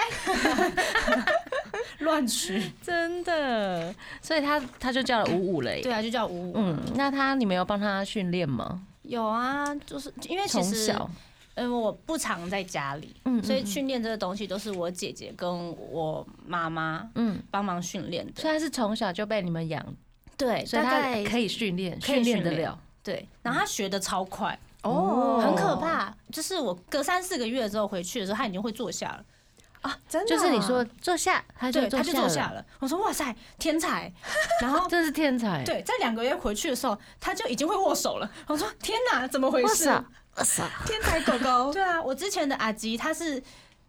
Speaker 6: 乱取，
Speaker 1: *laughs* 真的。所以它它就叫了五五嘞。
Speaker 6: 对啊，就叫五五。
Speaker 1: 嗯，那他你们有帮他训练吗？
Speaker 6: 有啊，就是因为其
Speaker 1: 从
Speaker 6: 实，
Speaker 1: 小，
Speaker 6: 嗯，我不常在家里，
Speaker 1: 嗯
Speaker 6: 所以训练这个东西都是我姐姐跟我妈妈
Speaker 1: 嗯，
Speaker 6: 帮忙训练
Speaker 1: 所
Speaker 6: 的。
Speaker 1: 以他是从小就被你们养，
Speaker 6: 对，
Speaker 1: 所以
Speaker 6: 大概
Speaker 1: 他可以训练，
Speaker 6: 可
Speaker 1: 训
Speaker 6: 以
Speaker 1: 练得
Speaker 6: 训练
Speaker 1: 了。
Speaker 6: 对，然后她学的超快，
Speaker 4: 哦
Speaker 6: 很可怕。就是我隔三四个月之后回去的时候，她已经会坐下了。
Speaker 4: 啊，真的啊、
Speaker 1: 就是你说坐下，他就
Speaker 6: 对，他就坐下
Speaker 1: 了，
Speaker 6: 了。我说哇塞，天才！然后
Speaker 1: *laughs* 这是天才。，
Speaker 6: 对，在两个月回去的时候，他就已经会握手了。我说天哪，怎么回
Speaker 1: 哇
Speaker 6: 事？
Speaker 1: 塞，哇塞，
Speaker 4: 天才狗狗，
Speaker 6: *laughs* 对啊，我之前的阿吉他是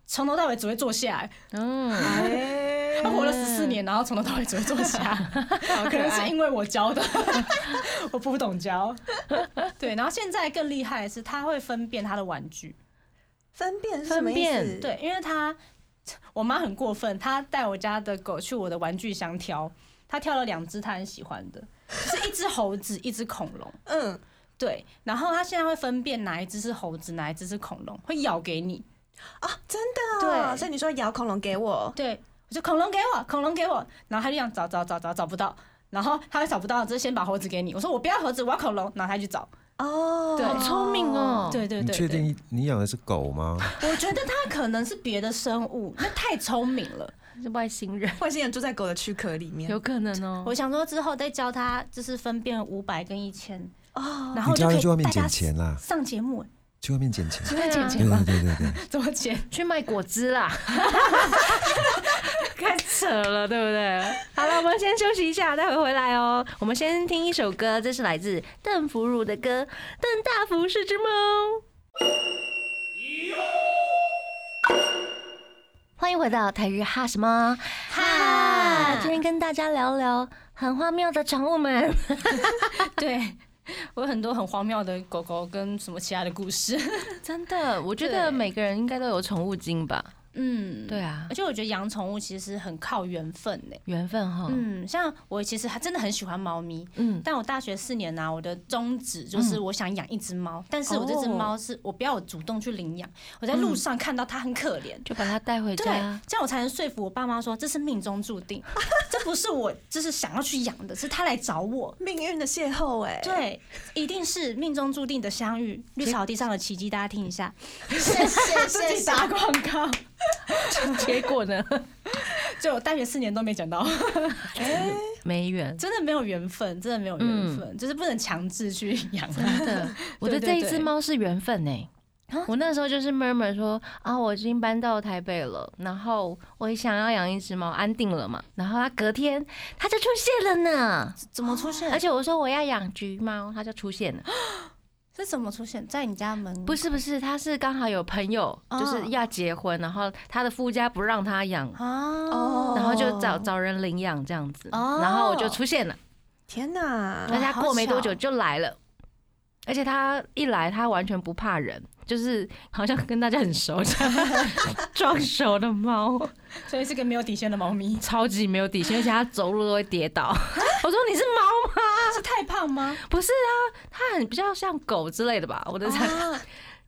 Speaker 6: 从头到尾只会坐下来，
Speaker 1: 嗯，
Speaker 4: 哎
Speaker 6: 他活了十四年，然后从头到尾只会坐下，
Speaker 4: *laughs* 好
Speaker 6: 可
Speaker 4: 可
Speaker 6: 能是
Speaker 4: 爱
Speaker 6: 因为我教的， *laughs* 我不懂教。对，然后现在更厉害的是，他会分辨他的玩具。
Speaker 4: 分辨是什么意
Speaker 1: 分
Speaker 4: 思？
Speaker 1: 辨，
Speaker 6: 对，因为他我妈很过分，她带我家的狗去我的玩具箱 *laughs* 挑，她挑了两只她很喜欢的，是一只猴子，一只恐龙。
Speaker 4: 嗯，
Speaker 6: 对，然后它现在会分辨哪一只是猴子，哪一只是恐龙，会咬给你。
Speaker 4: 啊，真的哦，
Speaker 6: 对
Speaker 4: 所以你说咬恐龙给我，
Speaker 6: 对，我就恐龙给我，恐龙给我，然后他就这样找找找找找不到，然后他找不到，就先把猴子给你。我说我不要猴子，我要恐龙，然后他去找。
Speaker 4: 哦，
Speaker 6: 对
Speaker 1: 好聪明哦！
Speaker 6: 对对
Speaker 3: 你
Speaker 6: 对，
Speaker 3: 确
Speaker 6: 对？
Speaker 3: 定你养的是狗吗？
Speaker 6: 我觉得它可能是别的生物，那太聪明了。
Speaker 1: 是外星人，
Speaker 4: 外星人住在狗的躯壳里面
Speaker 1: 有可能哦。
Speaker 6: 我想说之后再教它，就是分辨五百跟一千，
Speaker 4: 哦，
Speaker 6: 然后
Speaker 3: 你
Speaker 6: 啊
Speaker 3: 叫
Speaker 6: 我就可
Speaker 3: 人
Speaker 6: 以
Speaker 3: 去外面
Speaker 6: 带它
Speaker 3: 捡钱啦，
Speaker 6: 上节目，
Speaker 3: 去外面捡钱。
Speaker 1: 对啊，
Speaker 3: 对对对对对，
Speaker 6: *laughs* 怎么剪？
Speaker 1: 去卖果汁啦， *laughs* 太扯了，对不对？好了，我们先休息一下，待会回来哦。我们先听一首歌，这是来自邓福如的歌《邓大福是只猫》。欢迎回到台日哈什么哈？今天跟大家聊聊很荒谬的宠物们。
Speaker 6: *laughs* 对。我有很多很荒谬的狗狗跟什么其他的故事，
Speaker 1: 真的，我觉得
Speaker 6: 对
Speaker 1: 每个人应该都有宠物经吧？
Speaker 6: 嗯，
Speaker 1: 对，啊
Speaker 6: 而，且我觉得养宠物其实很靠缘分呢、
Speaker 1: 缘分哈。
Speaker 6: 嗯，像我其实还真的很喜欢猫咪，
Speaker 1: 嗯，
Speaker 6: 但我大学四年呢、啊我的宗旨就是我想养一只猫，但是我这只猫是我不要我主动去领养，我在路上看到它很可怜。
Speaker 1: 就把它带回
Speaker 6: 哦嗯对啊
Speaker 1: 家。，
Speaker 6: 这样我才能说服我爸妈说这是命中注定， *laughs* 这不是我就是想要去养的，是它来找我。
Speaker 4: 命运的邂逅，哎，，
Speaker 6: 对，一定是命中注定的相遇。绿草地上的奇迹，大家听一下，
Speaker 4: 自己
Speaker 6: 打 *laughs* 广告。
Speaker 1: 结果呢？
Speaker 6: 就我大学四年都没讲到， *laughs*
Speaker 1: 没缘。
Speaker 6: 真的没有缘分，真的没有缘分，就是不能强制去养它。
Speaker 1: 的，我的
Speaker 6: 对
Speaker 1: 这
Speaker 6: 对啊
Speaker 1: 一只
Speaker 6: 对
Speaker 1: 猫是缘分呢、我那时候就是 murmur 说啊，我已经搬到台北了，然后我也想要养一只猫，安定了嘛。然后它隔天它就出现了呢，
Speaker 6: 怎么出现
Speaker 1: 而？且我说我要养橘猫，它就出现
Speaker 6: 哦
Speaker 1: 了。
Speaker 6: 是怎么出现在你家门？
Speaker 1: 不是不是，它是刚好有朋友就是要结婚，然后他的夫家不让他养，
Speaker 6: 哦
Speaker 1: 然后就找找人领养这样子，
Speaker 6: 哦
Speaker 1: 然后我就出现了。
Speaker 4: 天哪，
Speaker 1: 大家
Speaker 6: 好
Speaker 1: 过没多久
Speaker 6: 巧
Speaker 1: 就来了，而且他一来，他完全不怕人，就是好像跟大家很熟这样， *laughs* 装熟的猫，
Speaker 6: *laughs* 所以是个没有底线的猫咪。
Speaker 1: 超级没有底线，而且它走路都会跌倒。 *laughs* 我说你是猫吗？
Speaker 6: 是太胖吗？
Speaker 1: 不是啊，它很比较像狗之类的吧，我的猜。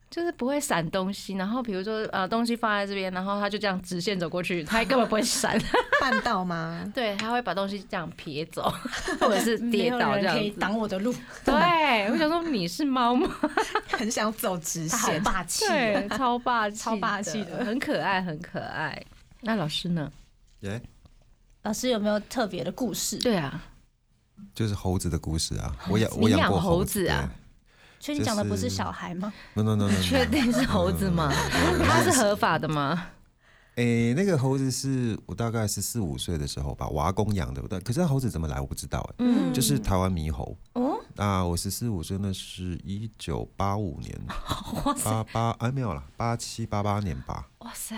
Speaker 1: 就是不会闪东西，然后比如说呃东西放在这边，然后它就这样直线走过去，它根本不会闪，
Speaker 4: *laughs*
Speaker 1: *laughs*
Speaker 4: 办到吗？
Speaker 1: 对，它会把东西这样撇走，或者 *laughs* 是
Speaker 6: 没
Speaker 1: 跌
Speaker 6: 有
Speaker 1: 倒这
Speaker 6: 人
Speaker 1: 样
Speaker 6: 可以
Speaker 1: 子。
Speaker 6: 挡我的路，
Speaker 1: 对，我想说你是猫吗？
Speaker 4: 很想走直
Speaker 6: 他好
Speaker 4: 线，
Speaker 6: 霸气。
Speaker 1: 对， *laughs* 超霸气，
Speaker 6: 超霸气的
Speaker 1: 很可爱，很可爱。那老师呢？
Speaker 3: 耶，
Speaker 6: 老师有没有特别的故事？
Speaker 1: 对啊，
Speaker 3: 就是猴子的故事啊，我养
Speaker 1: 你
Speaker 3: 我
Speaker 1: 养
Speaker 3: 过
Speaker 1: 猴
Speaker 3: 猴
Speaker 1: 子啊
Speaker 6: 确定讲的不
Speaker 3: 就是是
Speaker 6: 小孩吗？
Speaker 3: 对？No No No，
Speaker 1: 你确定是猴子 *laughs* 吗？它是合法的吗？
Speaker 3: 诶，那个猴子是我大概是四五岁的时候吧，娃公养的。但可是它猴子怎么来我不知道诶，
Speaker 1: 嗯，
Speaker 3: 就是台湾猕猴。
Speaker 6: 哦，
Speaker 3: 那我十四五岁，那是一九八五年，
Speaker 1: 哇塞，
Speaker 3: 八八哎没有啦，八七八八年吧。
Speaker 1: 哇塞，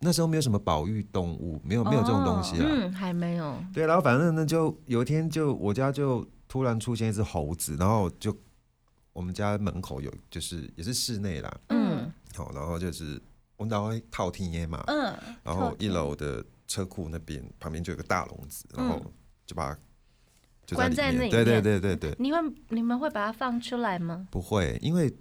Speaker 3: 那时候没有什么保育动物，没有没有这种东西啦。
Speaker 1: 嗯，还没有，
Speaker 3: 对，然后反正呢，就有一天就我家就突然出现一只猴子，然后就我们家门口有就是也是室内啦，
Speaker 1: 嗯，
Speaker 3: 好，然后就是我们会套厅耶嘛，
Speaker 6: 嗯，
Speaker 3: 然后一楼的车库那边旁边就有个大笼子，然后就把它
Speaker 1: 嗯
Speaker 3: 就
Speaker 1: 关在
Speaker 3: 里
Speaker 1: 那
Speaker 3: 面，
Speaker 1: 里
Speaker 3: 对对
Speaker 1: 面
Speaker 3: 对对对，
Speaker 1: 你会你们会把它放出来吗？
Speaker 3: 不会，因为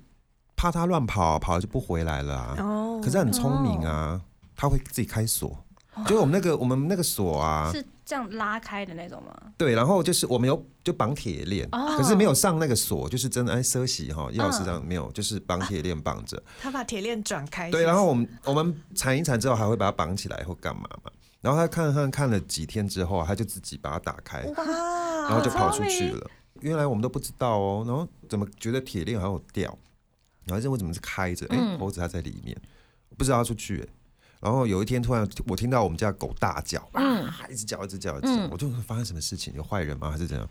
Speaker 3: 怕它乱跑，跑了就不回来了啊。
Speaker 4: 哦
Speaker 3: 可是它很聪明
Speaker 6: 哦
Speaker 3: 啊，它会自己开锁，就是我们那个我们那个锁啊，
Speaker 6: 是这样拉开的那种吗？
Speaker 3: 对，然后就是我们有就绑铁链，
Speaker 6: 哦
Speaker 3: 可是没有上那个锁，就是真的哎，奢洗哈，钥匙上没有，就是绑铁链绑着。
Speaker 6: 啊
Speaker 4: 他把铁链转开，
Speaker 6: 哎
Speaker 3: 对，然后我们我们缠一缠之后，还会把它绑起来或干嘛嘛。然后他看看看了几天之后啊，他就自己把它打开，
Speaker 4: 哇，啊
Speaker 3: 然后就跑出去了。原来我们都不知道哦，然后怎么觉得铁链好像有掉，然后认为怎么是开着，哎、猴子它在里面，不知道它出去、哎然后有一天突然我听到我们家的狗大叫，啊，一直叫一直叫一直叫，我就说发生什么事情，有坏人吗还是怎样？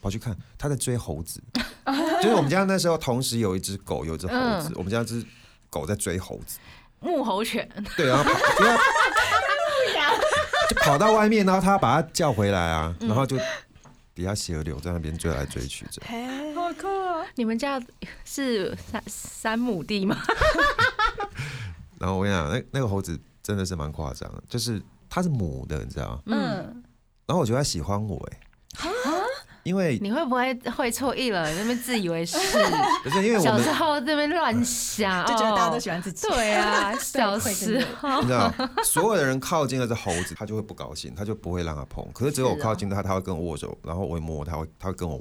Speaker 3: 跑去看，它在追猴子，就是我们家那时候同时有一只狗，有一只猴子，我们家只狗在追猴子，
Speaker 1: 木猴犬，
Speaker 3: 对，然后跑，因为它就跑到外面，然后他把它叫回来啊，然后就底下血流在那边追来追去这样。
Speaker 4: 嘿
Speaker 6: 好酷哦！
Speaker 1: 你们家是三三亩地吗？
Speaker 3: 然后我跟你讲，那那个猴子真的是蛮夸张的，就是它是母的，你知道吗？
Speaker 6: 嗯，
Speaker 3: 然后我觉得它喜欢我、欸，因为
Speaker 1: *laughs* 你会不会会错意了？那边自以为是，
Speaker 3: 不是因为我
Speaker 1: 小
Speaker 3: 们
Speaker 1: 时候这边乱想，
Speaker 4: *laughs* 就觉得大家都喜
Speaker 1: 欢。
Speaker 4: 欢自
Speaker 1: *laughs*
Speaker 4: 己。
Speaker 1: 对啊，小
Speaker 2: 会
Speaker 1: 时
Speaker 2: 真的
Speaker 1: 候
Speaker 3: 你知道，所有的人靠近了这猴子，他就会不高兴，他就不会让他碰。可是只有我靠近他，他会跟我握手，然后我会摸他，会他会跟我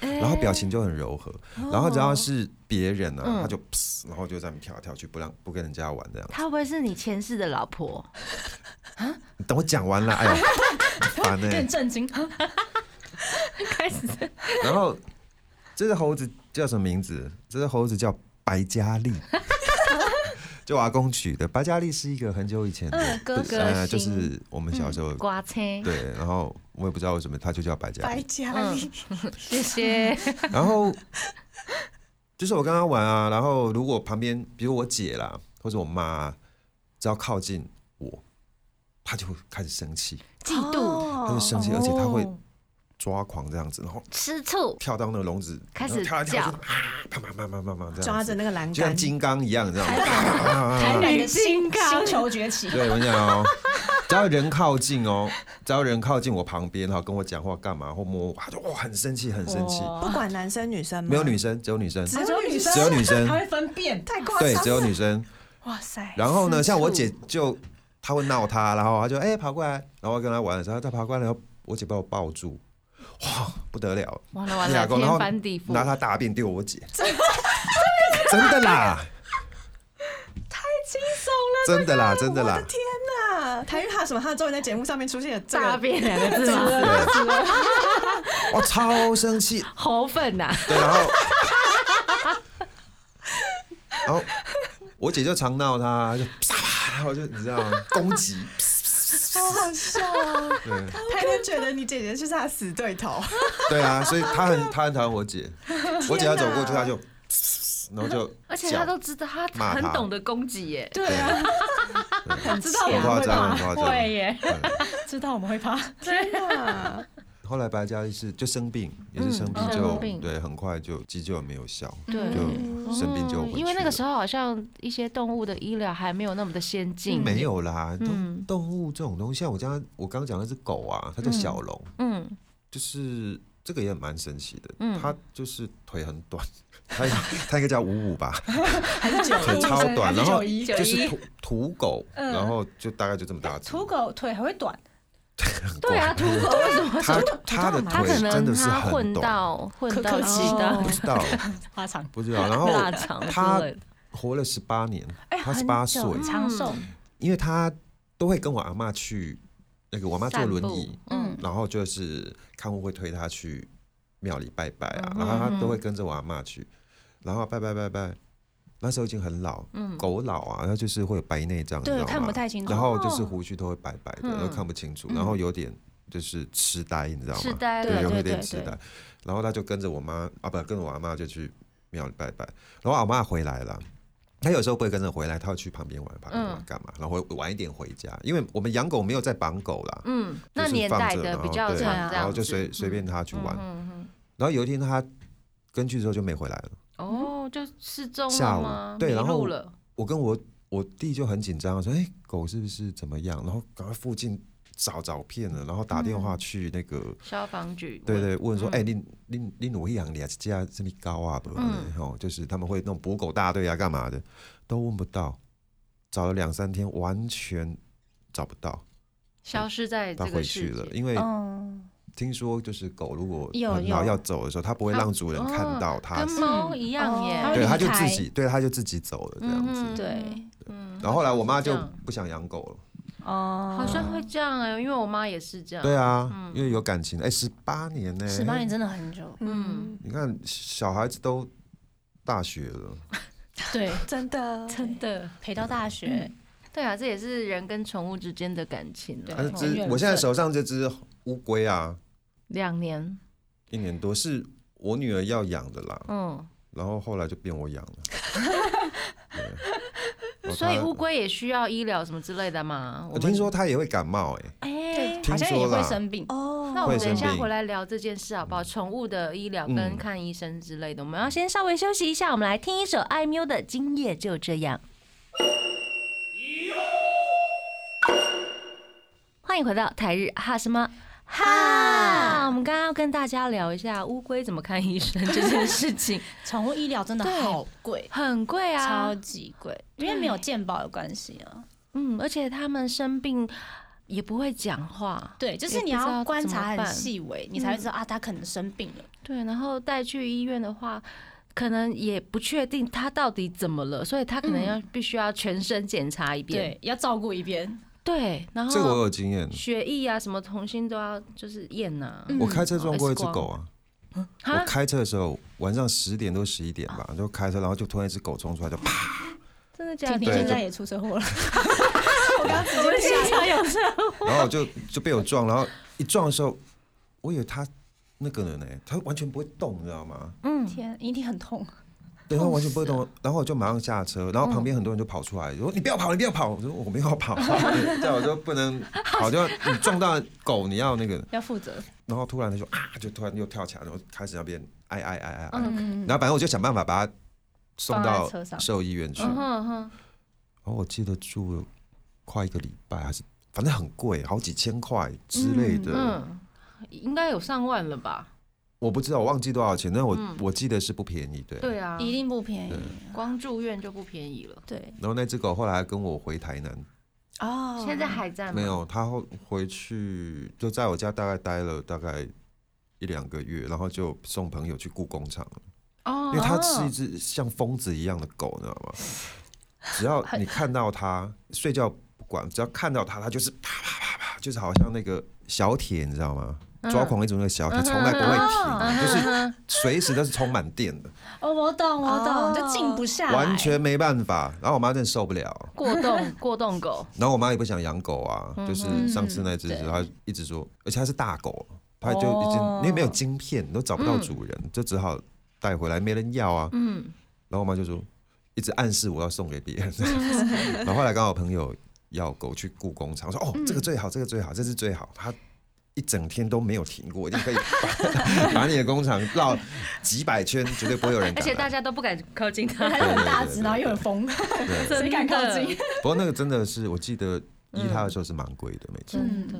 Speaker 1: 哎
Speaker 3: 玩，然后表情就很柔和。然后只
Speaker 1: 哦
Speaker 3: 要是别人呢、
Speaker 1: 嗯
Speaker 3: 啊，他就噗，然后就在那边跳来跳去，不让不跟人家玩这样。
Speaker 1: 她会不会是你前世的老婆？
Speaker 3: 你等我讲完了，哎呀，烦欸呢、
Speaker 6: 更震惊，
Speaker 3: 啊
Speaker 1: 开始
Speaker 3: 然后这只猴子叫什么名字？这只猴子叫白嘉莉， *laughs* 就我阿公取的。白嘉莉是一个很久以前的、
Speaker 1: 嗯哥嗯哥
Speaker 3: 呃，就
Speaker 1: 星
Speaker 3: 是我们小时候、
Speaker 1: 刮车，
Speaker 3: 呃对，然后我也不知道为什么他就叫白嘉
Speaker 4: 白
Speaker 3: 莉。
Speaker 4: 嘉莉，
Speaker 1: 谢谢。
Speaker 3: 然后就是我跟他玩啊，然后如果旁边比如我姐啦或者我妈啊，只要靠近我，他就会开始生气，
Speaker 1: 嫉妒、
Speaker 4: 哦
Speaker 3: 他会生气，而且他会抓狂这样子，然后
Speaker 1: 吃醋，
Speaker 3: 跳到那个笼子，
Speaker 1: 开始
Speaker 3: 然后跳来跳去，
Speaker 1: 叫
Speaker 3: 啊，啪啪啪啪啪啪这样子
Speaker 4: 抓着那个栏
Speaker 3: 啊就像
Speaker 4: 杆，
Speaker 3: 金刚一样，你知道吗？啊
Speaker 6: 台南的
Speaker 1: 金
Speaker 6: 星
Speaker 1: 刚
Speaker 6: 星球崛起，
Speaker 3: 对，我跟你讲哦，只要人靠近哦，只要人靠近我旁边哈，跟我讲话干嘛或摸我，他就哇哦很生气，很生气。
Speaker 4: 不管男生女生吗？
Speaker 3: 没有女生，只有女生，
Speaker 4: 只有女生
Speaker 3: 只有女生
Speaker 6: 他，会分辨，
Speaker 4: 太夸张
Speaker 3: 对，
Speaker 4: 了，
Speaker 3: 只有女生。
Speaker 4: 哇塞！
Speaker 3: 然后呢，像我姐就她会闹她，然后她就哎、跑过来，然后跟她玩的时候，她爬过来，然后我姐把我抱住，哇不得了，
Speaker 1: 完了完
Speaker 3: 俩
Speaker 1: 了，
Speaker 3: 公然后
Speaker 1: 天翻地覆
Speaker 3: 拿。她大便丢我姐，真的啦，太惊悚了，真的啦，真的啦，
Speaker 4: 啊，台日哈什么？他终于在节目上面出现了这
Speaker 1: 大
Speaker 4: 个
Speaker 1: 便两个字吗？
Speaker 3: 我超生气，
Speaker 1: 猴啊粪呐，
Speaker 3: 对，然后，然后我姐就常闹她，就啪啪，然后就你知道吗攻击，
Speaker 4: 好好笑啊！
Speaker 3: 对。
Speaker 4: 他一定觉得你姐姐是他的死对头，
Speaker 3: *laughs* 对啊，所以
Speaker 1: *laughs*
Speaker 3: 他很他很讨厌我姐，我姐要走过去，他就，然后就叫，
Speaker 1: 而且他都知道，他
Speaker 3: 骂
Speaker 1: 很
Speaker 3: 他
Speaker 1: 懂得攻击耶，
Speaker 3: 对，
Speaker 4: 很啊知道
Speaker 3: 很夸张，很夸张。
Speaker 1: 耶，
Speaker 3: 嗯
Speaker 6: 知道我们会怕，
Speaker 3: 后来白嘉莉是就生病，也是生病
Speaker 1: 嗯
Speaker 3: 就
Speaker 1: 生病
Speaker 3: 对，很快就急救也没有效，
Speaker 1: 对
Speaker 3: 就生病就回去
Speaker 1: 哦
Speaker 3: 了
Speaker 1: 因为那个时候好像一些动物的医疗还没有那么的先进，
Speaker 3: 没，有啦，动
Speaker 1: 嗯
Speaker 3: 动物这种东西，像我家我刚刚讲那只狗啊，它叫小龙，
Speaker 1: 嗯，
Speaker 3: 就是这个也蛮神奇的，
Speaker 1: 嗯
Speaker 3: 它就是腿很短， *laughs* 它它应该叫五五吧，
Speaker 6: 还是九
Speaker 3: 腿
Speaker 6: 一
Speaker 4: *laughs*
Speaker 3: 超短，然后
Speaker 6: 还是九一
Speaker 3: 就是土土狗，
Speaker 6: 嗯
Speaker 3: 然后就大概就这么大只，
Speaker 6: 土狗腿还会短，
Speaker 3: 很
Speaker 1: 对啊，
Speaker 3: 怪
Speaker 1: 土狗为什 *laughs* 么
Speaker 3: 他他的
Speaker 1: 他
Speaker 3: 腿
Speaker 1: 可
Speaker 3: 真
Speaker 1: 能
Speaker 3: 的是
Speaker 1: 他
Speaker 3: 很
Speaker 1: 混
Speaker 3: 短，
Speaker 1: 到混到
Speaker 6: 可
Speaker 1: 其
Speaker 6: 惜
Speaker 1: 他
Speaker 3: 不知
Speaker 1: *laughs*
Speaker 3: 道
Speaker 6: 花长，
Speaker 3: 不知道。然后
Speaker 1: 腊肠之
Speaker 3: 他
Speaker 1: 类的，
Speaker 3: 活了十八年，
Speaker 6: 哎，
Speaker 3: 他
Speaker 6: 很
Speaker 3: 18
Speaker 6: 久
Speaker 3: 岁
Speaker 6: 长寿，
Speaker 3: 因为他都会跟我阿妈去那个我妈坐
Speaker 1: 散
Speaker 3: 轮
Speaker 1: 步
Speaker 3: 椅，，
Speaker 1: 嗯，
Speaker 3: 然后就是看护会推他去庙里拜拜
Speaker 1: 嗯
Speaker 3: 啊，然后他都会跟着我阿妈去，然后拜拜拜拜。那时候已经很老，
Speaker 1: 嗯
Speaker 3: 狗老啊，它就是会有白内障，你
Speaker 6: 对
Speaker 3: 知，道
Speaker 6: 看不
Speaker 3: 吗
Speaker 6: 太清楚，哦
Speaker 3: 然后就是胡须都会白白的，
Speaker 1: 哦嗯
Speaker 3: 都看不清楚，然后有点就是痴呆，你知道吗？
Speaker 1: 痴呆
Speaker 3: 对，
Speaker 1: 了
Speaker 3: 有
Speaker 6: 对
Speaker 3: 一点
Speaker 6: 对
Speaker 3: 痴
Speaker 6: 对
Speaker 3: 呆。然后他就跟着我妈啊，不，跟着我阿妈就去庙里拜拜。然后我妈回来了，她有时候不会跟着回来，她会去旁边玩，旁
Speaker 1: 嗯
Speaker 3: 边玩干嘛？然后晚一点回家，因为我们养狗没有在绑狗啦，
Speaker 1: 嗯，
Speaker 3: 就
Speaker 1: 那
Speaker 3: 是
Speaker 1: 年
Speaker 3: 放
Speaker 1: 代
Speaker 3: 着
Speaker 1: 的
Speaker 3: 然
Speaker 1: 比
Speaker 3: 后
Speaker 1: 较
Speaker 3: 对啊
Speaker 1: 常这
Speaker 3: 然
Speaker 1: 样
Speaker 3: 后就
Speaker 1: 子，
Speaker 3: 随随便她去玩。
Speaker 1: 嗯嗯
Speaker 3: 然后有一天她跟去之后就没回来了，
Speaker 1: 嗯哦，就失踪
Speaker 3: 下
Speaker 1: 了
Speaker 3: 午
Speaker 1: 吗？
Speaker 3: 对
Speaker 1: 迷
Speaker 3: 然
Speaker 1: 路
Speaker 3: 后
Speaker 1: 了，
Speaker 3: 我跟我我弟就很紧张，说：“哎、狗是不是怎么样？”然后赶快附近找找遍了，然后打电
Speaker 1: 嗯
Speaker 3: 话去那个。
Speaker 1: 消防局，
Speaker 3: 对，对，问说，
Speaker 1: 嗯
Speaker 3: 哎、你你你努力养你啊，这家这么高啊，不
Speaker 1: 嗯
Speaker 3: 然吼、就是他们会那种捕狗大队啊，干嘛的，都问不到，找了两三天，完全找不到，
Speaker 1: 消失在
Speaker 3: 他
Speaker 1: 这
Speaker 3: 回
Speaker 1: 个世
Speaker 3: 去了，
Speaker 1: 界，
Speaker 3: 因为
Speaker 6: 嗯，
Speaker 3: 听说就是狗如果
Speaker 6: 有
Speaker 3: 很老
Speaker 6: 有
Speaker 3: 要走的时候，它不会
Speaker 1: 它
Speaker 3: 让主人看到它
Speaker 1: 啊哦跟，猫一样耶，
Speaker 6: 哦
Speaker 3: 对，它就
Speaker 6: 离
Speaker 3: 自
Speaker 6: 开
Speaker 3: 己，对，它就自己走了这样子。
Speaker 1: 嗯
Speaker 6: 对，
Speaker 1: 嗯，
Speaker 3: 然后后来我妈就
Speaker 1: 好像是
Speaker 3: 不想养狗了，
Speaker 1: 这
Speaker 6: 哦
Speaker 1: 样好像会这样哎，因为我妈也是这样，
Speaker 3: 对，啊，因为有感情，哎，十八年呢，
Speaker 6: 十八年，真的很久，
Speaker 1: 嗯，
Speaker 3: 你看小孩子都大学了，
Speaker 6: 对，
Speaker 4: 真的。
Speaker 1: 真的，
Speaker 6: 陪到大学，
Speaker 1: 对啊，这也是人跟宠物之间的感情啊嗯了，
Speaker 3: 但是
Speaker 6: 很
Speaker 3: 啊这
Speaker 6: 缘
Speaker 3: 我现在
Speaker 6: 分
Speaker 3: 手上这只乌龟啊，
Speaker 1: 两年，
Speaker 3: 一年多，是我女儿要养的啦，
Speaker 1: 嗯，
Speaker 3: 然后后来就变我养
Speaker 1: *laughs*
Speaker 3: 了。对
Speaker 1: 所以乌，龟也需要医疗什么之类的嘛，
Speaker 3: 哦
Speaker 1: 我
Speaker 3: 我看我听
Speaker 1: 们
Speaker 3: 说它也会感冒哎、
Speaker 1: 哎。
Speaker 3: 听
Speaker 6: 好像
Speaker 3: 说
Speaker 6: 也会
Speaker 3: 啦，
Speaker 6: 生病，
Speaker 4: 哦，
Speaker 1: 那我们
Speaker 3: 会
Speaker 1: 等一
Speaker 3: 生
Speaker 1: 下
Speaker 3: 病
Speaker 1: 回来聊这件事好不好？宠物的医疗
Speaker 3: 嗯
Speaker 1: 跟看医生之类的，我们要先稍微休息一下。我们来听一首艾喵的《今夜就这样》。欢迎回到台日哈什么？哈，我们刚刚要跟大家聊一下乌龟怎么看医生这件事 *laughs* 情，
Speaker 6: 宠物医疗真的
Speaker 1: 对
Speaker 6: 好贵，
Speaker 1: 很贵啊
Speaker 6: 超，级贵，因为没有健保的关系啊。
Speaker 1: 嗯，而且他们生病也不会讲话，
Speaker 6: 对，就
Speaker 1: 也
Speaker 6: 是
Speaker 1: 不
Speaker 6: 你
Speaker 1: 知道
Speaker 6: 要观
Speaker 1: 怎么
Speaker 6: 察很
Speaker 1: 办
Speaker 6: 细微，你才会知道啊，它可能生病了。
Speaker 1: 对，然后带去医院的话。可能也不确定他到底怎么了，所以他可能要必须要全身检查一遍。
Speaker 6: 嗯对，要照顾一遍。
Speaker 1: 对，然后
Speaker 3: 这个我有经验，
Speaker 1: 血液啊，什么同心都要就是验呐、
Speaker 6: 嗯
Speaker 1: 啊。
Speaker 3: 我开车撞过一只
Speaker 1: X 光
Speaker 3: 狗啊。我
Speaker 1: 哈，
Speaker 3: 开车的时候，晚上十点多十一点吧，就开车，然后就突然一只狗冲出来，就啪！
Speaker 1: 真的假
Speaker 6: 婷
Speaker 1: 的？
Speaker 3: 对
Speaker 6: 婷啊现
Speaker 3: 就
Speaker 6: 在也出车 *laughs* 祸了，
Speaker 9: 我经常有这
Speaker 3: 然后我就就被我撞，然后一撞的时候，我以为它那个人呢、欸它完全不会动，你知道吗？
Speaker 1: 嗯，
Speaker 6: 天，一定很痛。
Speaker 3: 对，它完全不会动。然后我就马上下车，然后旁边很多人就跑出来，说：“你不要跑，你不要跑！”我说：“我没有跑。”对，我就不能跑，就你撞到狗，你要那个。
Speaker 6: 要负责，
Speaker 3: 然后突然它就啊，就突然又跳起来，然后开始那边哎哎哎
Speaker 6: 嗯
Speaker 3: 哎哎。然后反正我就想办法把它送
Speaker 6: 放在
Speaker 3: 到
Speaker 6: 车上
Speaker 3: 兽医院去。
Speaker 1: 嗯哼哼，
Speaker 3: 然后我记得住了快一个礼拜，还是反正很贵，好几千块之类的。
Speaker 1: 嗯，应该有上万了吧？
Speaker 3: 我不知道，我忘记多少钱，但我、我记得是不便宜，对。
Speaker 1: 对啊，
Speaker 6: 一定不便宜。
Speaker 3: 嗯
Speaker 1: 光住院就不便宜了。
Speaker 6: 对，
Speaker 3: 然后那只狗后来还跟我回台南，
Speaker 4: 哦，
Speaker 1: 现在还在吗？
Speaker 3: 没，有，它后回去就在我家大概待了大概一两个月，然后就送朋友去故工厂了，
Speaker 1: 哦
Speaker 3: 因为它是一只像疯子一样的狗，你知道吗？只要你看到它睡觉不管，只要看到它，它就是啪啪啪啪，就是好像那个小铁，你知道吗？
Speaker 1: 嗯
Speaker 3: 抓狂一族那个小铁，从来不会停，就是随时都是充满电的，
Speaker 6: 哦，我懂，我
Speaker 4: 哦
Speaker 6: 懂，就静不下来，
Speaker 3: 完全没办法。然后我妈真的受不
Speaker 1: *laughs*
Speaker 3: 了，
Speaker 1: 过动过动狗，
Speaker 3: 然后我妈也不想养狗啊，
Speaker 1: 嗯
Speaker 3: 就是上次那只
Speaker 6: 对，
Speaker 3: 她一直说，而且它是大狗，它就已经
Speaker 1: 哦
Speaker 3: 因为没有晶片，都找不
Speaker 1: 嗯
Speaker 3: 到主人，就只好带回来，没人要啊。嗯，然后我妈就说，一直暗示我要送给
Speaker 1: *laughs*
Speaker 3: 别人。然后后来刚好朋友要狗去故工厂，说哦，
Speaker 1: 嗯
Speaker 3: 这个最好，这个最好，这是最好，它。一整天都没有停过，你可以
Speaker 1: *laughs*
Speaker 3: 把把你的工厂绕几百圈， *laughs* 绝对不会有人
Speaker 1: 而
Speaker 3: 敢
Speaker 1: 且
Speaker 3: 来
Speaker 1: 大。家都不敢靠近它。
Speaker 6: 还是很大只，然后又很疯，
Speaker 1: *laughs*
Speaker 3: 对，
Speaker 6: *laughs* 谁敢靠近？
Speaker 3: 不过那个真的是，我记得
Speaker 1: 嗯
Speaker 3: 医它的时候是蛮贵的，没错。
Speaker 1: 真的。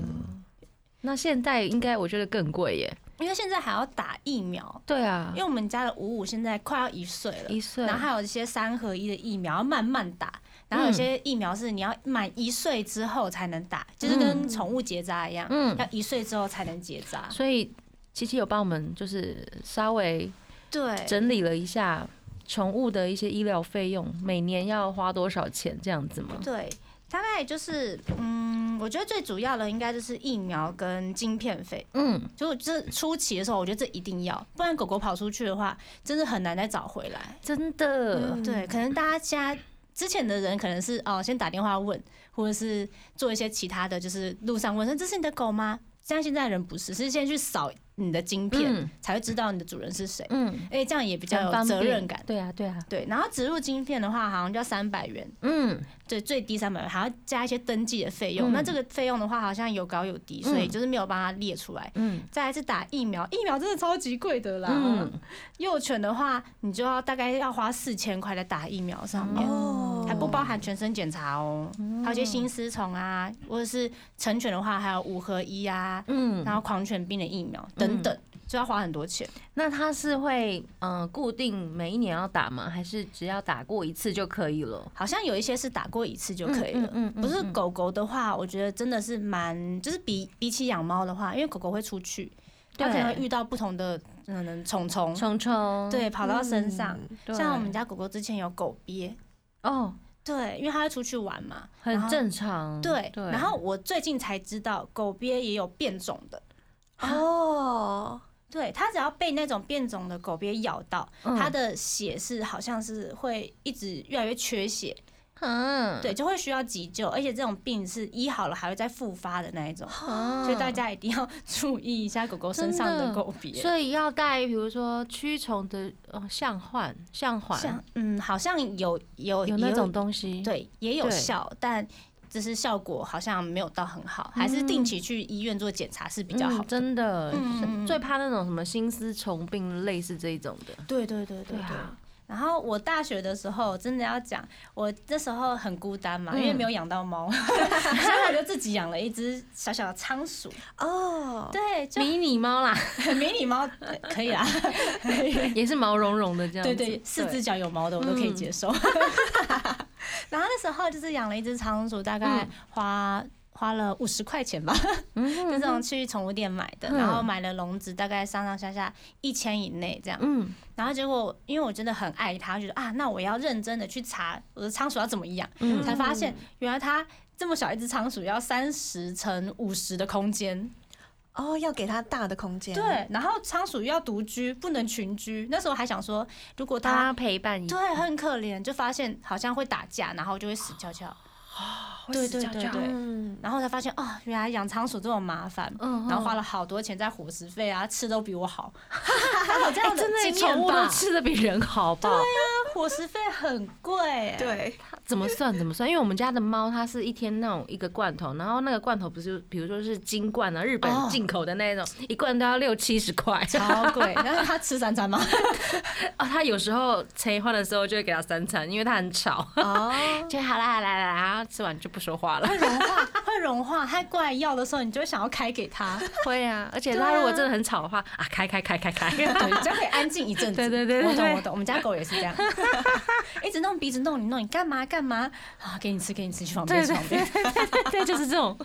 Speaker 1: 那现在应该我觉得更贵耶。
Speaker 6: 因为现在还要打疫苗，
Speaker 1: 对啊
Speaker 6: 因为，我们家的五五现在快要一岁了，
Speaker 1: 一岁
Speaker 6: 然后还有一些三合一的疫苗要慢慢打，然后有些疫苗是你要满一岁之后才能打，就是跟宠物结扎一样，
Speaker 1: 嗯
Speaker 6: 要一岁之后才能结扎。
Speaker 1: 所以琪琪有帮我们就是稍微
Speaker 6: 对，
Speaker 1: 整理了一下宠物的一些医疗费用，每年要花多少钱这样子吗？
Speaker 6: 对，大概就是嗯，我觉得最主要的应该就是疫苗跟晶片费，
Speaker 1: 嗯，
Speaker 6: 就这初期的时候，我觉得这一定要，不然狗狗跑出去的话，真的很难再找回来。
Speaker 1: 真的，
Speaker 6: 对，可能大家之前的人可能是哦，先打电话问，或者是做一些其他的，就是路上问说这是你的狗吗？像现在人不是，是先去扫你的晶片，
Speaker 1: 嗯
Speaker 6: 才会知道你的主人是谁，
Speaker 1: 嗯，
Speaker 6: 哎、这样也比
Speaker 1: 比
Speaker 6: 较有责任感。
Speaker 1: 对啊，对啊，
Speaker 6: 对，然后植入晶片的话，好像就要三百元，
Speaker 1: 嗯，
Speaker 6: 对，最低三百元，还要加一些登记的费用。
Speaker 1: 嗯
Speaker 6: 那这个费用的话，好像有高有低，所以
Speaker 1: 嗯
Speaker 6: 就是没有帮它列出来。
Speaker 1: 嗯
Speaker 6: 再来是打疫苗，疫苗真的超级贵的啦。
Speaker 1: 嗯
Speaker 6: 幼犬的话，你就要大概要花四千块在打疫苗上面，
Speaker 4: 哦
Speaker 6: 还不
Speaker 1: 哦
Speaker 6: 包含全身检查哦，
Speaker 1: 嗯
Speaker 6: 还有一些心丝虫啊，或者是成犬的话，还有五合一啊，
Speaker 1: 嗯，
Speaker 6: 然后狂犬病的疫苗等等，就要花很多钱。
Speaker 1: 那它是会嗯、呃固定每一年要打吗？还是只要打过一次就可以了？
Speaker 6: 好像有一些是打过一次就可以
Speaker 1: 嗯
Speaker 6: 了。
Speaker 1: 嗯嗯嗯
Speaker 6: 不是狗狗的话，我觉得真的是蛮，就是比比起养猫的话，因为狗狗会出去，它
Speaker 1: 对
Speaker 6: 可能会遇到不同的嗯虫虫，
Speaker 1: 虫虫，
Speaker 6: 对，跑到身上。
Speaker 1: 对
Speaker 6: 像我们家狗狗之前有狗鳖，
Speaker 1: 哦，
Speaker 6: 对，因为它会出去玩嘛，然
Speaker 1: 很
Speaker 6: 后。
Speaker 1: 正常，
Speaker 6: 对，
Speaker 1: 对，
Speaker 6: 然后我最近才知道，狗鳖也有变种的。
Speaker 4: 哦，
Speaker 6: 对，它只要被那种变种的狗鳖咬到，
Speaker 1: 嗯
Speaker 6: 它的血是好像是会一直越来越缺血，
Speaker 1: 嗯，
Speaker 6: 对，就会需要急救，而且这种病是医好了还会再复发的那一种，
Speaker 1: 嗯，
Speaker 6: 所以大家一定要 *laughs* 注意一下狗狗身上
Speaker 1: 真
Speaker 6: 的
Speaker 1: 的
Speaker 6: 狗鳖。
Speaker 1: 所以要带，比如说驱虫的呃项环、项
Speaker 6: 像
Speaker 1: 环，
Speaker 6: 嗯，好像有有
Speaker 1: 有那种东西，嗯
Speaker 6: 也有，对，也有
Speaker 1: 对
Speaker 6: 效，但就是效果好像没有到很好，还是定期去医院做检查是比较好
Speaker 1: 嗯。真的，
Speaker 6: 嗯嗯嗯
Speaker 1: 最怕那种什么心丝虫病，类似这一种的。
Speaker 6: 对对对对
Speaker 1: 对啊
Speaker 6: 然后我大学的时候，真的要讲，我那时候很孤单嘛，因为没有养到猫， *laughs* 所以我就自己养了一只小小的仓鼠。
Speaker 4: 哦，
Speaker 6: 对，就
Speaker 1: 迷你猫啦，
Speaker 6: 很迷你猫，呃可以啦。
Speaker 1: 也是毛茸茸的这样子。
Speaker 6: 对对，四只脚有毛的我都可以接受。 *laughs* 然后那时候就是养了一只仓鼠，大概花、花了五十块钱吧，
Speaker 1: 嗯
Speaker 6: 那种去宠物店买的，然后买了笼子，大概上上下下一千以内这样。
Speaker 1: 嗯，
Speaker 6: 然后结果因为我真的很爱它，觉得啊，那我要认真的去查我的仓鼠要怎么养，
Speaker 1: 嗯
Speaker 6: 才发现原来它这么小一只仓鼠要三十乘五十的空间，
Speaker 1: 嗯
Speaker 4: 哦，要给它大的空间。
Speaker 6: 对，然后仓鼠要独居，不能群居。那时候还想说，如果
Speaker 1: 大
Speaker 6: 它
Speaker 1: 家陪伴一下。
Speaker 6: 对，很可怜，就发现好像会打架，然后就会死
Speaker 1: *gasps*
Speaker 6: 翘翘。对对对对，
Speaker 4: 嗯，
Speaker 6: 然后才发现哦，原来养仓鼠这么麻烦，
Speaker 1: 嗯
Speaker 6: 然后花
Speaker 1: 了。
Speaker 6: 了好多钱在伙食费啊，吃都比
Speaker 1: *laughs*
Speaker 6: 我好，还有这样
Speaker 1: 哎，
Speaker 6: 的
Speaker 1: 真的，
Speaker 6: 经验
Speaker 1: 宠物都
Speaker 6: 吧
Speaker 1: 吃的比人好吧？
Speaker 6: 伙食费很贵，，
Speaker 4: 对，
Speaker 1: 怎么算？怎么算？因为我们家的猫，它是一天那种一个罐头，然后那个罐头不是，比如说是金罐啊，日本
Speaker 6: 哦
Speaker 1: 进口的那种，一罐都要六七十块。
Speaker 6: 超贵。但是它吃三餐吗？
Speaker 1: *laughs* 啊，它有时候切换的时候就会给它三餐，因为它很吵。
Speaker 4: 哦，
Speaker 1: *laughs* 就好啦，好啦，好啦，然后吃完就不说话了。
Speaker 6: *laughs* 会融化，会融化。它过来要的时候，你就会想要开给它，
Speaker 1: 会 *laughs* 啊，而且
Speaker 6: 对
Speaker 1: 它如果
Speaker 6: 啊
Speaker 1: 真的很吵的话， *laughs* 啊，开开开开开。
Speaker 6: 对，这样可以安静一阵子。
Speaker 1: 对对对对
Speaker 6: 我
Speaker 1: 对
Speaker 6: 懂我懂，我们家狗也是
Speaker 1: *laughs*
Speaker 6: 这样，一直弄鼻子弄你弄你干嘛干嘛啊？给你吃给你吃，去旁边
Speaker 1: 对
Speaker 6: 去
Speaker 1: 对
Speaker 6: 旁边
Speaker 1: 对。对对对，就是这种。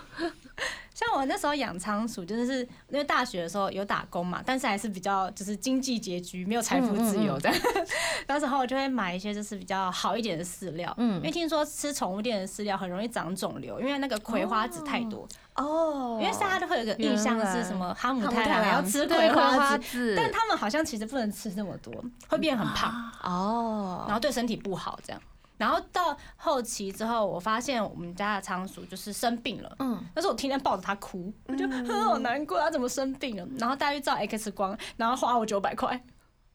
Speaker 6: 像我那时候养仓鼠，真的是因为大学的时候有打工嘛，但是还是比较就是经济拮据，没有财富自由的。 *laughs* 那时候我就会买一些就是比较好一点的饲料，
Speaker 1: 嗯
Speaker 6: 因为听说吃宠物店的饲料很容易长肿瘤，因为那个葵花籽太多，
Speaker 4: 哦，
Speaker 6: 因为大家都会有一个印象是什么哈姆太
Speaker 4: 哈姆太
Speaker 6: 郎
Speaker 4: 郎
Speaker 6: 要吃
Speaker 1: 对，
Speaker 6: 葵花籽，
Speaker 1: 籽
Speaker 6: 但他们好像其实不能吃那么多，会变很胖。
Speaker 4: 哦，
Speaker 6: 然后对身体不好这样。然后到后期之后，我发现我们家的仓鼠就是生病了，
Speaker 1: 嗯
Speaker 6: 嗯，但是我天天抱着它哭，我就呵好难过，它怎么生病了？然后带去照 X 光，然后花我九百块，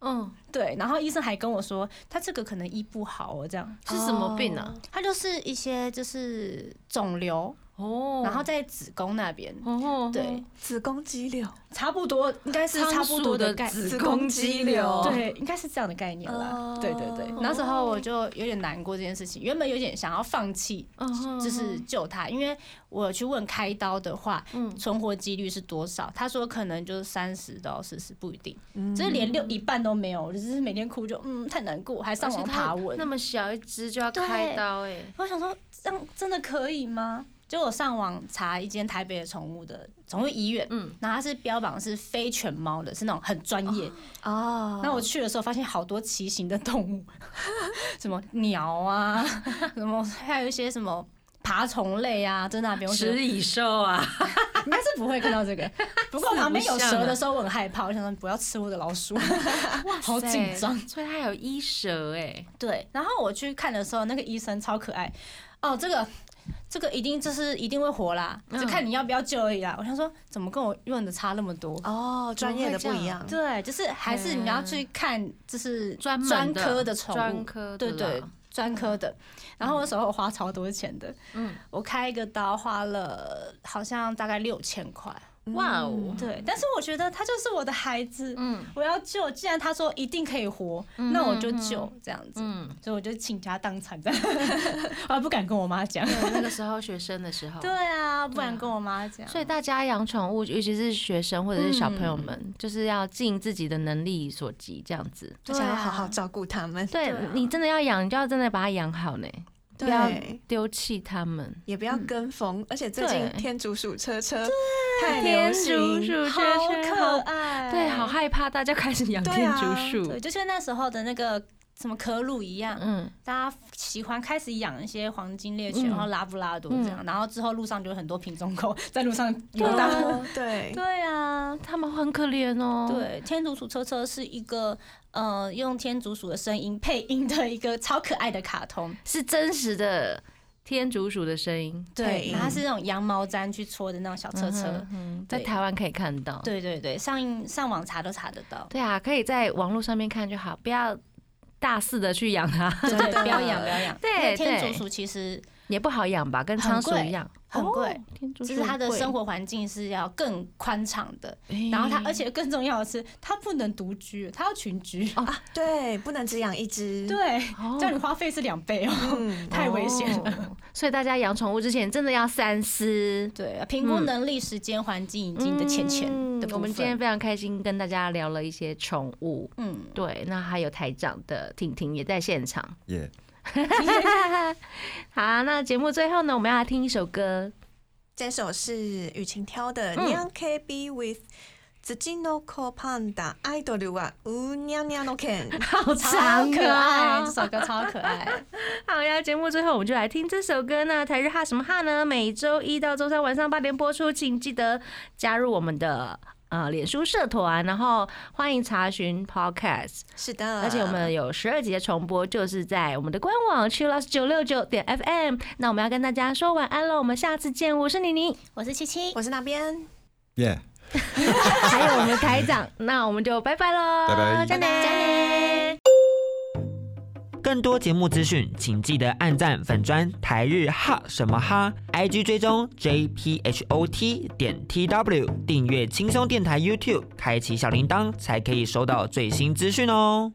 Speaker 1: 嗯
Speaker 6: 对，然后医生还跟我说，它这个可能医不好哦，这样，
Speaker 1: 是什么病啊？
Speaker 6: 它就是一些就是肿瘤，
Speaker 1: 哦，
Speaker 6: 然后在子宫那边，
Speaker 1: 哦，
Speaker 6: 对，
Speaker 4: 子宫肌瘤
Speaker 6: 差不多应该是差不多的概
Speaker 1: 子宫肌瘤，
Speaker 6: 对，应该是这样的概念啦。对对对，哦那时候我就有点难过这件事情，原本有点想要放弃，
Speaker 1: 嗯
Speaker 6: 就是救它，因为我有去问开刀的话，
Speaker 1: 嗯
Speaker 6: 存活几率是多少？他说可能就是三十到四十，不一定，就是连六一半都没有，我就只是每天哭就嗯太难过，还上网爬文
Speaker 1: 那。么小一只就要开刀哎、
Speaker 6: 我想说，这样真的可以吗？就我上网查一间台北的宠物的宠物医院，
Speaker 1: 嗯
Speaker 6: 嗯，然后它是标榜是非犬猫的，是那种很专业，
Speaker 4: 哦，
Speaker 6: 那我去的时候发现好多奇形的动物， *laughs* 什么鸟啊， *laughs* 什么还有一些什么爬虫类啊，在那边我觉得
Speaker 1: 食蚁兽啊，
Speaker 6: 应该是不会看到这个。不过旁边有
Speaker 1: 像啊
Speaker 6: 蛇的时候我很害怕，我想说不要吃我的老鼠， *laughs* 好紧张。
Speaker 1: 所以它有医蛇哎、
Speaker 6: 对，然后我去看的时候，那个医生超可爱。哦，这个这个一定就是一定会活啦，
Speaker 1: 嗯
Speaker 6: 就看你要不要救而已啦。我想说怎么跟我用的差那么多？
Speaker 4: 哦，专业的不一样，
Speaker 6: 对，就是还是你要去看，就是
Speaker 1: 嗯专门
Speaker 6: 专
Speaker 1: 的
Speaker 6: 科的宠物，
Speaker 1: 专科的
Speaker 6: 对
Speaker 1: 啦
Speaker 6: 对，专科的。然后那时候我花超多钱的，
Speaker 1: 嗯
Speaker 6: 嗯，我开一个刀花了好像大概六千块，
Speaker 4: 嗯
Speaker 1: 哇哦，
Speaker 6: 对。但是我觉得他就是我的孩子，
Speaker 1: 嗯
Speaker 6: 我要救。既然他说一定可以活，
Speaker 1: 嗯
Speaker 6: 那我就救这样子。
Speaker 1: 嗯，
Speaker 6: 所以我就倾家荡产的，我还不敢跟我妈讲。
Speaker 1: 对，啊那个时候学生的时候，
Speaker 6: *laughs* 对。啊，不敢跟我妈讲。
Speaker 1: 所以大家养宠物，尤其是学生或者是小朋友们，就是要尽自己的能力所及，这样子。
Speaker 4: 想要好好照顾他们，
Speaker 1: 对啊你真的要养，你就要真的把它养好呢，不要
Speaker 4: 对，
Speaker 1: 丢弃它们。
Speaker 4: 也不要跟风，而且最
Speaker 1: 对
Speaker 4: 近天竺鼠车车太
Speaker 1: 天
Speaker 4: 流
Speaker 1: 竺
Speaker 4: 行，
Speaker 1: 鼠，
Speaker 6: 好可爱，
Speaker 1: 对，好害怕，大家开始养
Speaker 4: 对
Speaker 1: 天
Speaker 4: 啊
Speaker 1: 竺鼠。
Speaker 6: 对，就像那时候的那个什么可鲁一样，
Speaker 1: 嗯，
Speaker 6: 大家喜欢开始养一些黄金猎犬，
Speaker 1: 嗯
Speaker 6: 然后拉布拉多这样，然后之后路上就有很多品种狗在路上游荡。
Speaker 4: 哦对，
Speaker 6: 对啊，
Speaker 1: 他们很可怜哦。，
Speaker 6: 对，天竺鼠车车是一个呃用天竺鼠的声音配音的一个超可爱的卡通，
Speaker 1: 是真实的天竺鼠的声音。
Speaker 4: 配
Speaker 6: 对
Speaker 4: 音，
Speaker 6: 然后它是那种羊毛毡去戳的那种小车车。
Speaker 1: 嗯哼在
Speaker 6: 对
Speaker 1: 台湾可以看到。
Speaker 6: 对对对，上映上网查都查得到。
Speaker 1: 对啊，可以在网络上面看就好，不要大肆的去养它。
Speaker 6: *laughs* 对对，不要养，不要养。
Speaker 1: 对
Speaker 6: 因为天
Speaker 1: 对
Speaker 6: 竺鼠其实
Speaker 1: 也不好养吧，跟仓鼠一样，
Speaker 6: 很贵
Speaker 1: 哦，天竺鼠
Speaker 6: 就是它的
Speaker 1: 贵
Speaker 6: 生活环境是要更宽敞的，
Speaker 1: 哎
Speaker 6: 然后它而且更重要的是，它不能独居，它要群居。
Speaker 4: 啊对，不能只养一只。，
Speaker 6: 对，
Speaker 1: 哦
Speaker 6: 这样你花费是两倍哦，
Speaker 4: 嗯，
Speaker 6: 太危险了。
Speaker 1: 哦所以大家养宠物之前真的要三思。
Speaker 6: 对，啊评估能力、时间、环境以及你的钱钱
Speaker 1: 嗯
Speaker 6: 的部
Speaker 1: 我
Speaker 6: 分。
Speaker 1: 们今天非常开心跟大家聊了一些宠物，
Speaker 6: 嗯，
Speaker 1: 对，那还有台长的婷婷也在现场。
Speaker 3: 耶、
Speaker 1: *laughs* 好，那节目最后呢，我们要来听一首歌，
Speaker 4: *laughs* 这首是雨晴挑的《
Speaker 1: 嗯
Speaker 4: Nyan K B with》。紫金の子パンダアイドルはうにゃにゃの犬。
Speaker 1: *laughs* 好
Speaker 6: 超可爱， *laughs* 这首歌超可爱。
Speaker 1: 好呀，节目最后我们就来听这首歌呢。台日哈什么哈呢？每周一到周三晚上八点播出，请记得加入我们的呃脸书社团，然后欢迎查询 Podcast。
Speaker 4: 是的，
Speaker 1: 而且我们有十二集的重播，就是在我们的官网 chillus 九六九点 FM。那我们要跟大家说晚安喽，我们下次见。我是妮妮，
Speaker 6: 我是七七，
Speaker 4: 我是那边，
Speaker 3: 耶、
Speaker 1: 还有我们的台长，那我们就拜拜喽，
Speaker 3: 拜拜
Speaker 1: 再见
Speaker 8: 更多节目资讯，请记得按赞粉砖台日哈什么哈，IG 追踪 JPHOT 点 TW，订阅轻松电台 YouTube，开启小铃铛才可以收到最新资讯哦。